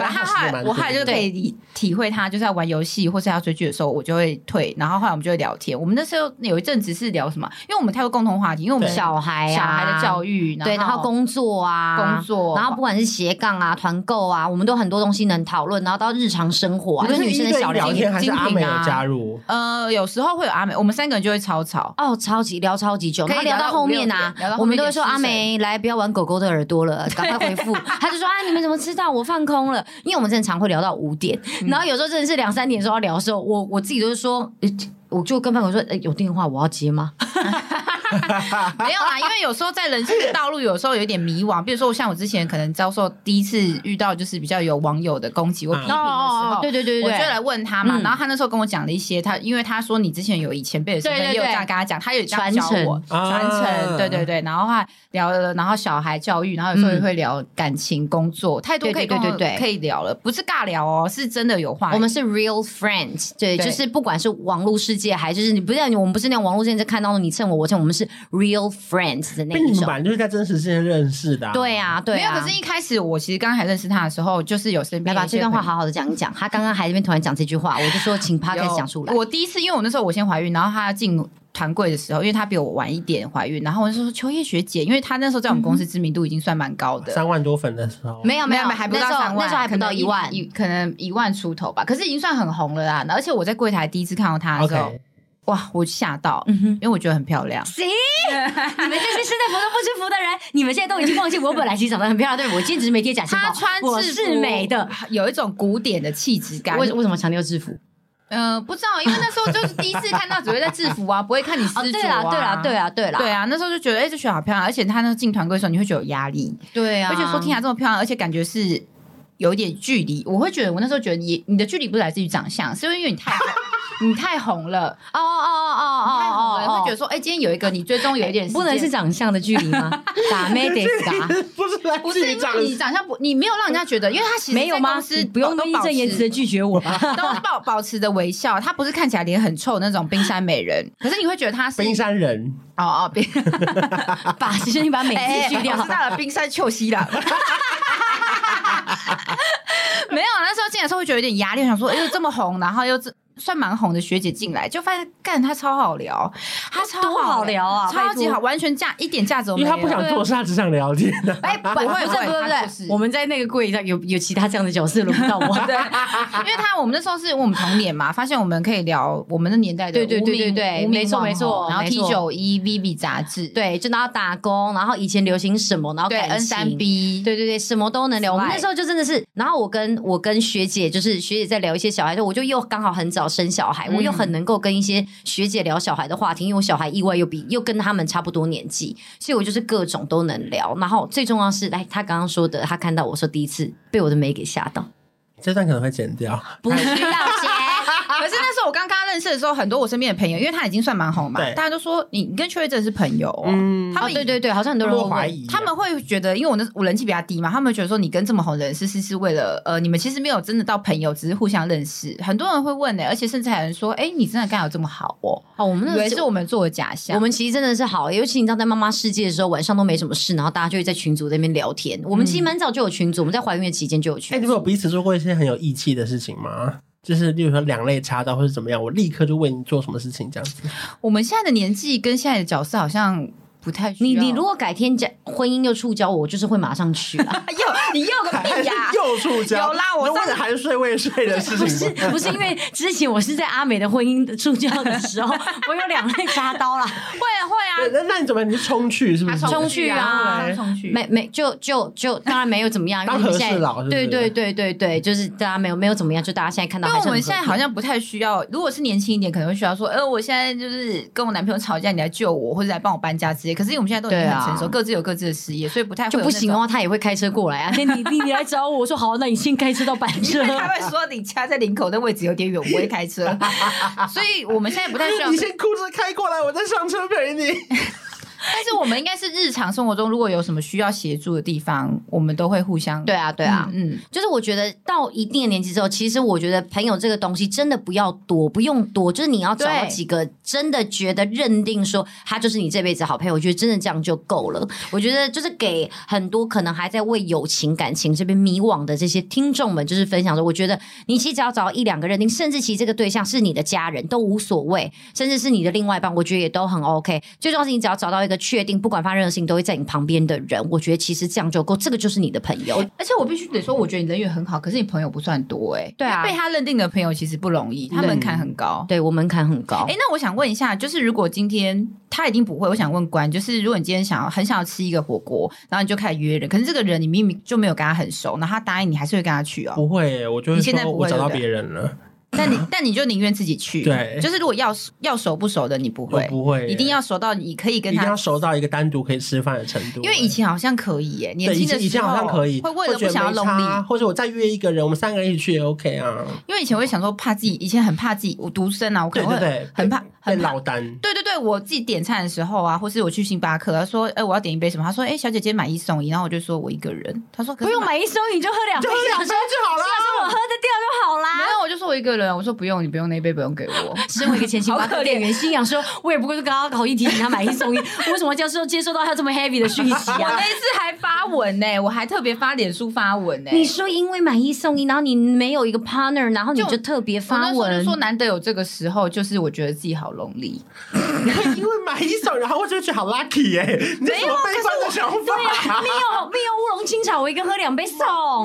[SPEAKER 2] 正他后来我后来就是可以理体会他就是在玩游戏或是要追剧的时候，我就会退，然后后来我们就会聊天。我们那时候有一阵子是聊什么？因为我们太多共同话题，因为我们
[SPEAKER 1] 对
[SPEAKER 2] 小
[SPEAKER 3] 小孩啊，
[SPEAKER 2] 小孩的教
[SPEAKER 3] 育，
[SPEAKER 2] 育，
[SPEAKER 3] 对，然后工作啊，
[SPEAKER 2] 工作
[SPEAKER 3] 然后不管是斜杠啊、团购啊，我们都很多东西能讨论，然后到日常生活啊，
[SPEAKER 1] 你
[SPEAKER 3] 就
[SPEAKER 1] 们
[SPEAKER 3] 是
[SPEAKER 1] 是
[SPEAKER 3] 女生的小
[SPEAKER 1] 聊
[SPEAKER 3] 聊
[SPEAKER 1] 天还是
[SPEAKER 2] 精
[SPEAKER 1] 阿
[SPEAKER 2] 品
[SPEAKER 1] 美有
[SPEAKER 2] 啊
[SPEAKER 1] 加入？
[SPEAKER 2] 呃，有时候会有阿美，我们三个人就会吵吵。
[SPEAKER 3] 哦，超级聊超级久，
[SPEAKER 2] 可以
[SPEAKER 3] 然后聊
[SPEAKER 2] 聊
[SPEAKER 3] 到
[SPEAKER 2] 到
[SPEAKER 3] 后
[SPEAKER 2] 五六
[SPEAKER 3] 面啊
[SPEAKER 2] 点聊到，后
[SPEAKER 3] 我们
[SPEAKER 2] 面
[SPEAKER 3] 都会
[SPEAKER 2] 点
[SPEAKER 3] 说
[SPEAKER 2] 失
[SPEAKER 3] 阿梅来，不要玩狗狗的耳朵 了，赶快回复。他就说啊，你们怎么知道我放空了？因为我们真的常会聊到五点，
[SPEAKER 2] 嗯
[SPEAKER 3] 然后有时候真的是两三点的时候要聊的时候，我我自己都是说，呃我就跟朋友说，呃有电话我要接吗？
[SPEAKER 2] 没有啦，因为有时候在人生的道路，有时候有点迷惘。比如说，我像我之前可能遭受第一次遇到就是比较有网友的攻击或批评的时候，
[SPEAKER 3] 哦对对对
[SPEAKER 2] 哦我
[SPEAKER 3] 对
[SPEAKER 2] 就
[SPEAKER 3] 对。
[SPEAKER 2] 来问他嘛。
[SPEAKER 3] 嗯
[SPEAKER 2] 然后他那时候跟我讲了一些他，因为他说你之前有以前辈的身份，
[SPEAKER 3] 对对
[SPEAKER 2] 也有
[SPEAKER 3] 对
[SPEAKER 2] 这样跟他讲，他有这样
[SPEAKER 3] 传
[SPEAKER 2] 教我
[SPEAKER 3] 承
[SPEAKER 2] 传承，
[SPEAKER 1] 啊
[SPEAKER 2] 对对对。然后还聊了，然后小孩教育，然后有时候也
[SPEAKER 3] 嗯
[SPEAKER 2] 会聊感情、工作，太多可以
[SPEAKER 3] 对对对
[SPEAKER 2] 跟我
[SPEAKER 3] 对对
[SPEAKER 2] 可以聊了，不是尬聊哦，是真的有话。
[SPEAKER 3] 我们是 real friends，对，
[SPEAKER 2] 对
[SPEAKER 3] 就是不管是网络世界，还就是你不是我们不是那种网络世界看到你蹭我，我蹭，我们是 real friends 的那
[SPEAKER 1] 被你
[SPEAKER 3] 一
[SPEAKER 1] 们
[SPEAKER 3] 种
[SPEAKER 1] 本。来就是在真实世界认识的、
[SPEAKER 3] 对，啊，对
[SPEAKER 2] 没有。
[SPEAKER 3] 啊。
[SPEAKER 2] 可是一开始我其实刚才认识他的时候，就是有身
[SPEAKER 3] 来
[SPEAKER 2] 边
[SPEAKER 3] 把
[SPEAKER 2] 有一些
[SPEAKER 3] 这段话
[SPEAKER 2] 朋友
[SPEAKER 3] 好好的讲一讲。他刚刚还在那边突然讲这句话，我就说请 p o d
[SPEAKER 2] 有
[SPEAKER 3] 讲出来。
[SPEAKER 2] 我第一次，因为我那时候我先怀孕，然后她进团柜的时候，因为她比我晚一点怀孕，然后我就说秋叶学姐，因为她那时候在我们公司知名度已经算蛮高的。
[SPEAKER 1] 三万多粉的时候，
[SPEAKER 3] 没有
[SPEAKER 2] 没
[SPEAKER 3] 有，
[SPEAKER 2] 有，还不
[SPEAKER 3] 嗯那
[SPEAKER 2] 到
[SPEAKER 3] 时候
[SPEAKER 2] 三万，
[SPEAKER 3] 那时候还不到
[SPEAKER 2] 可能
[SPEAKER 3] 一万。
[SPEAKER 2] 一可能一万出头吧，可是已经算很红了啦。而且我在柜台第一次看到她的时候
[SPEAKER 1] OK，
[SPEAKER 2] 哇，我吓到，
[SPEAKER 3] 嗯哼，
[SPEAKER 2] 因为我觉得很漂亮。
[SPEAKER 3] 行，你们这些身在福中不知福的人，你们现在都已经忘记我本来其实长得很漂亮，对我今天只是没贴假睫毛
[SPEAKER 2] 她穿，
[SPEAKER 3] 我
[SPEAKER 2] 制服
[SPEAKER 3] 是美 的。，
[SPEAKER 2] 有一种古典的气质感。
[SPEAKER 3] 为为什么强调制服？
[SPEAKER 2] 呃，不知道，因为那时候就是第一次看到，只会在制服啊，不会看你
[SPEAKER 3] 哦，
[SPEAKER 2] 私着
[SPEAKER 3] 对啦，对啦，对
[SPEAKER 2] 啊。
[SPEAKER 3] 啦，对啦，
[SPEAKER 2] 对啊，那时候就觉得哎、这学好漂亮，而且她那时候进团柜的时候，你会觉得有压力，
[SPEAKER 3] 对啊，
[SPEAKER 2] 而且说听起来这么漂亮，而且感觉是有一点距离。我会觉得我那时候觉得你你的距离不是来自于长相，是因为你太 你太红了，
[SPEAKER 3] 哦哦哦
[SPEAKER 2] 你太红
[SPEAKER 3] 哦
[SPEAKER 2] 了，
[SPEAKER 3] 哦
[SPEAKER 2] 会
[SPEAKER 3] 哦
[SPEAKER 2] 觉得
[SPEAKER 3] 哦，
[SPEAKER 2] 说，哎，今天有一个你追踪有一点时间
[SPEAKER 3] 不能是。长相的距离吗？打妹得 打。
[SPEAKER 1] 不是来
[SPEAKER 2] 不
[SPEAKER 1] 自
[SPEAKER 2] 是
[SPEAKER 1] 于
[SPEAKER 2] 因
[SPEAKER 1] 长
[SPEAKER 2] 为你长相不，你没有让人家觉得，因为他其实
[SPEAKER 3] 没有吗？
[SPEAKER 2] 是
[SPEAKER 3] 你不用那么义正言辞的 拒绝我吧。
[SPEAKER 2] 都保保持着微笑。他不是看起来脸很臭那种冰山美人，可是你会觉得他是
[SPEAKER 1] 冰山人，
[SPEAKER 2] 哦哦冰，
[SPEAKER 3] 把，其实你把美
[SPEAKER 2] 哎，
[SPEAKER 3] 字去掉
[SPEAKER 2] 我。知道了，冰山秀熙了。没有，那时候进来的时候会觉得有点压力，我想说，哎呦，这么红，然后又这算蛮红的学姐进来，就发现干她超好聊，她超
[SPEAKER 3] 多好聊啊
[SPEAKER 2] 超
[SPEAKER 3] 拜
[SPEAKER 2] 级
[SPEAKER 3] 托
[SPEAKER 2] 好，完全价一点价值都
[SPEAKER 1] 因
[SPEAKER 2] 没
[SPEAKER 1] 为
[SPEAKER 2] 有。
[SPEAKER 1] 他不想做事，他只想聊天、啊。
[SPEAKER 3] 哎，不
[SPEAKER 2] 不
[SPEAKER 3] 不
[SPEAKER 2] 会
[SPEAKER 3] 是
[SPEAKER 2] 不会
[SPEAKER 3] 不是
[SPEAKER 2] 他
[SPEAKER 3] 不
[SPEAKER 2] 就是是，
[SPEAKER 3] 我们在那个柜上有有其他这样的角色轮不到我。
[SPEAKER 2] 因为他我们那时候是我们同年嘛，发现我们可以聊我们的年代的
[SPEAKER 3] 对对对
[SPEAKER 2] 无名
[SPEAKER 3] 对对
[SPEAKER 2] 无名
[SPEAKER 3] 没错
[SPEAKER 2] 网红
[SPEAKER 3] 没错
[SPEAKER 2] 然后
[SPEAKER 3] 没
[SPEAKER 2] T
[SPEAKER 3] 错
[SPEAKER 2] 九一 Vivi 杂志，
[SPEAKER 3] 对，就然后打工，然后以前流行什么，然后
[SPEAKER 2] 对
[SPEAKER 3] 感
[SPEAKER 2] N
[SPEAKER 3] 情
[SPEAKER 2] 三 B，
[SPEAKER 3] 对对对，什么都能聊。我们那时候就真的是，然后我跟我跟学姐，就是学姐在聊一些小孩的时候，我就又刚好很早生小
[SPEAKER 2] 嗯
[SPEAKER 3] 孩，我又很能够跟一些学姐聊小孩的话题，因为我小孩意外又比又跟他们差不多年纪，所以我就是各种都能聊。然后最重要是，哎，他刚刚说的，他看到我说第一次被我的美给吓到，
[SPEAKER 1] 这段可能会剪掉。
[SPEAKER 3] 不需要 钱，
[SPEAKER 2] 可是那时候我刚刚认识的时候，很多我身边的朋友，因为他已经算蛮红嘛，
[SPEAKER 1] 对
[SPEAKER 2] 大家都说你你跟邱慧珍是朋友哦。
[SPEAKER 1] 嗯，
[SPEAKER 2] 他
[SPEAKER 3] 哦，
[SPEAKER 2] 们
[SPEAKER 3] 对对对，好像很多人会
[SPEAKER 1] 我怀
[SPEAKER 3] 问，
[SPEAKER 1] 疑
[SPEAKER 2] 他们会觉得，因为我那我人气比较低嘛，他们觉得说你跟这么红的人是是是为了呃，你们其实没有真的到朋友，只是互相认识。很多人会问欸呢、而且甚至还有人说，哎、你真的干有这么好哦？
[SPEAKER 3] 哦，我们那
[SPEAKER 2] 以
[SPEAKER 3] 个
[SPEAKER 2] 为是我们做的假象。
[SPEAKER 3] 我们其实真的是好，尤其你知道，在妈妈世界的时候，晚上都没什么事，然后大家就会在群组那边聊天。我们其实蛮早就有群组，我们在怀孕的期间就有
[SPEAKER 1] 哎、
[SPEAKER 3] 群
[SPEAKER 1] 你
[SPEAKER 3] 组。
[SPEAKER 1] 们有彼此做过一些很有义气的事情吗？就是例如说两肋插刀或是怎么样，我立刻就为你做什么事情这样子。！
[SPEAKER 2] 我们现在的年纪跟现在的角色好像不太需
[SPEAKER 3] 你
[SPEAKER 2] 要。
[SPEAKER 3] 你如果改天讲婚姻又触礁我，我就是会马上去啊啦
[SPEAKER 2] 哎呦，你又个屁呀
[SPEAKER 1] 又触礁，
[SPEAKER 2] 有啦我
[SPEAKER 1] 那
[SPEAKER 2] 上
[SPEAKER 1] 为了含睡未睡的事
[SPEAKER 3] 不
[SPEAKER 1] 情
[SPEAKER 3] 是
[SPEAKER 1] 吗，
[SPEAKER 3] 不是因为之前我是在阿美的婚姻触礁的时候，我有两肋插刀 啦。
[SPEAKER 2] 会啊 会
[SPEAKER 1] 对
[SPEAKER 2] 啊，
[SPEAKER 1] 那那你怎么你是冲去是不
[SPEAKER 2] 他
[SPEAKER 1] 是？
[SPEAKER 3] 冲
[SPEAKER 2] 去
[SPEAKER 3] 啊
[SPEAKER 2] 他冲去。
[SPEAKER 3] 没没就就就当然没有怎么样，因为
[SPEAKER 1] 当
[SPEAKER 3] 你们
[SPEAKER 1] 和
[SPEAKER 3] 现
[SPEAKER 1] 事
[SPEAKER 3] 在
[SPEAKER 1] 佬是不是
[SPEAKER 3] 对对对对对，就是大家没有没有怎么样，就大家现在看到
[SPEAKER 2] 因
[SPEAKER 3] 还
[SPEAKER 2] 为
[SPEAKER 3] 是
[SPEAKER 2] 我
[SPEAKER 3] 很
[SPEAKER 2] 们
[SPEAKER 3] 和
[SPEAKER 2] 现在
[SPEAKER 3] 平
[SPEAKER 2] 好像不太需要，如果是年轻一点，可能会需要说，呃，我现在就是跟我男朋友吵架，你来救我，或者来帮我搬家之类。可是因为我们现在都已经
[SPEAKER 3] 对
[SPEAKER 2] 很
[SPEAKER 3] 啊
[SPEAKER 2] 成熟，各自有各自的事业，所以不太会
[SPEAKER 3] 就
[SPEAKER 2] 有
[SPEAKER 3] 不
[SPEAKER 2] 那
[SPEAKER 3] 行 的哦
[SPEAKER 2] 种
[SPEAKER 3] 话，他也会开车过来啊。那 你你你来找我，我说好，那你先开车到板车。
[SPEAKER 2] 他 会说你家在林口，那位置有点远，我会开车， 所以我们现在不太需要
[SPEAKER 1] 你。先哭着开过来，我再上车陪 你。
[SPEAKER 2] 但是我们应该是日常生活中，如果有什么需要协助的地方，我们都会互相
[SPEAKER 3] 对啊，对啊，
[SPEAKER 2] 嗯，嗯
[SPEAKER 3] 就是我觉得到一定的年纪之后，其实我觉得朋友这个东西真的不要多，不用多，就是你要找到
[SPEAKER 2] 对
[SPEAKER 3] 几个真的觉得认定说他就是你这辈子好朋友，我觉得真的这样就够了。我觉得就是给很多可能还在为友情、感情这边迷惘的这些听众们，就是分享说，我觉得你其实只要找到一两个认定，甚至其实这个对象是你的家人都无所谓，甚至是你的另外一半，我觉得也都很 OK。最重要是你只要找到一个确定，不管发生任何事情都会在你旁边的人，我觉得其实这样就够，这个就是你的朋友。
[SPEAKER 2] 而且我必须得说，我觉得你人缘很好，可是你朋友不算多哎、
[SPEAKER 3] 对啊嗯
[SPEAKER 2] 因为被他认定的朋友其实不容易，他
[SPEAKER 3] 对
[SPEAKER 2] 门槛很高。
[SPEAKER 3] 对我门槛很高。
[SPEAKER 2] 哎、那我想问一下，就是如果今天他一定不会，我想问关，就是如果你今天想要很想要吃一个火锅，然后你就开始约人，可是这个人你明明就没有跟他很熟，然后他答应你，还是会跟他去哦。
[SPEAKER 1] 不会，我就会
[SPEAKER 2] 你现在
[SPEAKER 1] 说
[SPEAKER 2] 不
[SPEAKER 1] 我
[SPEAKER 2] 会
[SPEAKER 1] 找到
[SPEAKER 2] 对不对
[SPEAKER 1] 别人了，
[SPEAKER 2] 但你但你就宁愿自己去，
[SPEAKER 1] 对
[SPEAKER 2] 就是如果要要熟不熟的，你不
[SPEAKER 1] 我
[SPEAKER 2] 会，
[SPEAKER 1] 不会，
[SPEAKER 2] 一定要熟到你可以
[SPEAKER 1] 一
[SPEAKER 2] 跟
[SPEAKER 1] 定
[SPEAKER 2] 他
[SPEAKER 1] 要，熟到一个单独可以吃饭的程度。
[SPEAKER 2] 因为以前好像可以耶，年
[SPEAKER 1] 对以
[SPEAKER 2] 轻的
[SPEAKER 1] 前以
[SPEAKER 2] 时
[SPEAKER 1] 前
[SPEAKER 2] 候
[SPEAKER 1] 好像可以，
[SPEAKER 2] 会为了
[SPEAKER 1] 或者
[SPEAKER 2] 不想要
[SPEAKER 1] 没差啊
[SPEAKER 2] lonely，
[SPEAKER 1] 或者我再约一个人，我们三个人一起去也 OK 啊。
[SPEAKER 2] 因为以前我会想说怕自己，以前很怕自己，我独生啊，我可
[SPEAKER 1] 对
[SPEAKER 2] 能
[SPEAKER 1] 对
[SPEAKER 2] 会
[SPEAKER 1] 对，
[SPEAKER 2] 很怕
[SPEAKER 1] 被
[SPEAKER 2] 很怕哎
[SPEAKER 1] 落单。
[SPEAKER 2] 对对对，我自己点菜的时候啊，或是我去星巴克，他说：“哎、我要点一杯什么？”他说：“哎、小姐姐买一送一。”然后我就说：“我一个人。”他说：“可是
[SPEAKER 3] 不用
[SPEAKER 2] 买。
[SPEAKER 3] 买一送一，就喝两杯，
[SPEAKER 1] 就喝两杯就好啦
[SPEAKER 3] 想说我喝得掉就好”
[SPEAKER 2] 没
[SPEAKER 3] 啦。
[SPEAKER 2] 有，我就说我一个人。我说不用，你不用那一杯，不用给我。
[SPEAKER 3] 身为一个前星巴
[SPEAKER 2] 好
[SPEAKER 3] 克
[SPEAKER 2] 可怜
[SPEAKER 3] 店员，心想说：“我也不过是刚刚口一提醒他买一送一，我为什么接受接受到他这么 heavy 的讯息
[SPEAKER 2] 我
[SPEAKER 3] 啊
[SPEAKER 2] 那一次还发文呢、我还特别发脸书发文？”呢、
[SPEAKER 3] 你说因为买一送一，然后你没有一个 partner，然后你
[SPEAKER 2] 就
[SPEAKER 3] 就特别
[SPEAKER 2] 我那
[SPEAKER 3] 发
[SPEAKER 2] 时候就
[SPEAKER 3] 文，
[SPEAKER 2] 说难得有这个时候，就是我觉得自己好 lonely。
[SPEAKER 1] 你会因为买一送，然后我就觉得好 lucky 哎、你这什么悲观的想法？
[SPEAKER 3] 没有没有乌龙清茶，我一个喝两杯 送。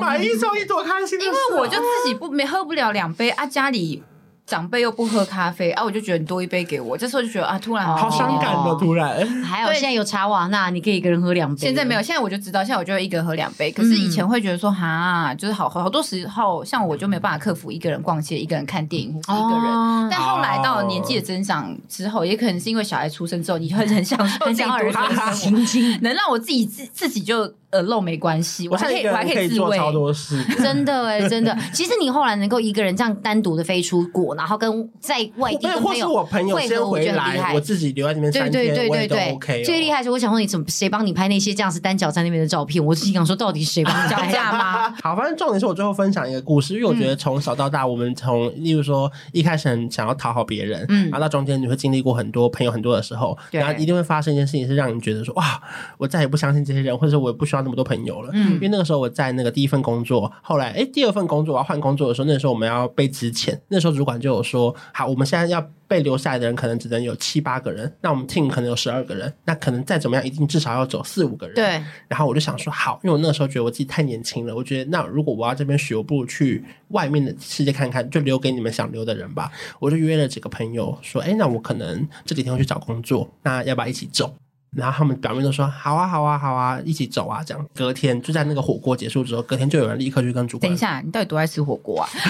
[SPEAKER 1] 买一送一多开心、啊
[SPEAKER 2] 因为我就自己不没喝不了两杯啊，家里长辈又不喝咖啡啊，我就觉得你多一杯给我。这时候就觉得啊，突然
[SPEAKER 1] 好伤感哦，突然。
[SPEAKER 3] 还有
[SPEAKER 2] 对
[SPEAKER 3] 现在有茶瓦纳，你可以一个人喝两杯。
[SPEAKER 2] 现在没有，现在我就知道，现在我就会一个人喝两杯。可是以前会觉得说，哈，就是好好多时候，像我就没有办法克服一个人逛街、一个人看电影或是一个人。
[SPEAKER 3] 哦
[SPEAKER 2] 但后来到了年纪的增长之后，也可能是因为小孩出生之后，你会很享受
[SPEAKER 3] 很
[SPEAKER 2] 自己
[SPEAKER 3] 想要
[SPEAKER 2] 独
[SPEAKER 3] 人
[SPEAKER 2] 处的
[SPEAKER 3] 的
[SPEAKER 2] 生活，
[SPEAKER 3] 情境，
[SPEAKER 2] 能让我自己自自己就呃露没关系，我
[SPEAKER 1] 我
[SPEAKER 2] 还
[SPEAKER 1] 像
[SPEAKER 2] 可
[SPEAKER 1] 一
[SPEAKER 2] 以
[SPEAKER 1] 个
[SPEAKER 2] 我还
[SPEAKER 1] 人可以
[SPEAKER 2] 自
[SPEAKER 1] 做
[SPEAKER 2] 慰。
[SPEAKER 1] 超多事，
[SPEAKER 3] 真的哎、真的。其实你后来能够一个人这样单独的飞出国，然后跟在外地
[SPEAKER 1] 对，
[SPEAKER 3] 的
[SPEAKER 1] 或
[SPEAKER 3] 朋
[SPEAKER 1] 是
[SPEAKER 3] 友
[SPEAKER 1] 我朋友
[SPEAKER 3] 会合
[SPEAKER 1] 先
[SPEAKER 3] 我
[SPEAKER 1] 回
[SPEAKER 3] 觉得很厉
[SPEAKER 1] 来，
[SPEAKER 3] 害
[SPEAKER 1] 我自己留在那边
[SPEAKER 3] 对
[SPEAKER 1] 三
[SPEAKER 3] 对
[SPEAKER 1] 天，
[SPEAKER 3] 对
[SPEAKER 1] 我也
[SPEAKER 3] 对
[SPEAKER 1] 都
[SPEAKER 3] 对
[SPEAKER 1] OK 哦。
[SPEAKER 3] 最厉害是我想说你怎么谁帮你拍那些这样是单脚在那边的照片？我心想说到底谁帮你
[SPEAKER 2] 脚
[SPEAKER 3] 拍？
[SPEAKER 2] 架吗？
[SPEAKER 1] 好，反正重点是我最后分享一个故事，因为我觉得从小到大，我们从例如说一开始很想要讨好别人，嗯，然后到中间你会经历过很多朋友很多的时候，
[SPEAKER 2] 对
[SPEAKER 1] 然后一定会发生一件事情，是让你觉得说哇，我再也不相信这些人，或者是我也不需要那么多朋友了。嗯，因为那个时候我在那个第一份工作，后来哎第二份工作我要换工作的时候，那时候我们要被支遣，那时候主管就有说，好，我们现在要被留下来的人可能只能有七八个人，那我们 team 可能有十二个人，那可能再怎么样，一定至少要走四五个人。
[SPEAKER 2] 对，
[SPEAKER 1] 然后我就想说，好，因为我那个时候觉得我自己太年轻了，我觉得那如果我要这边学，我不如去外面的世界看看，就留给你们想留的人吧。我就约了几个朋友说，哎，那我可能这几天会去找工作，那要不要一起走？然后他们表面都说好啊，好啊，好啊，一起走啊，这样。隔天就在那个火锅结束之后，隔天就有人立刻去跟主管
[SPEAKER 2] 等一下，你到底多爱吃火锅啊？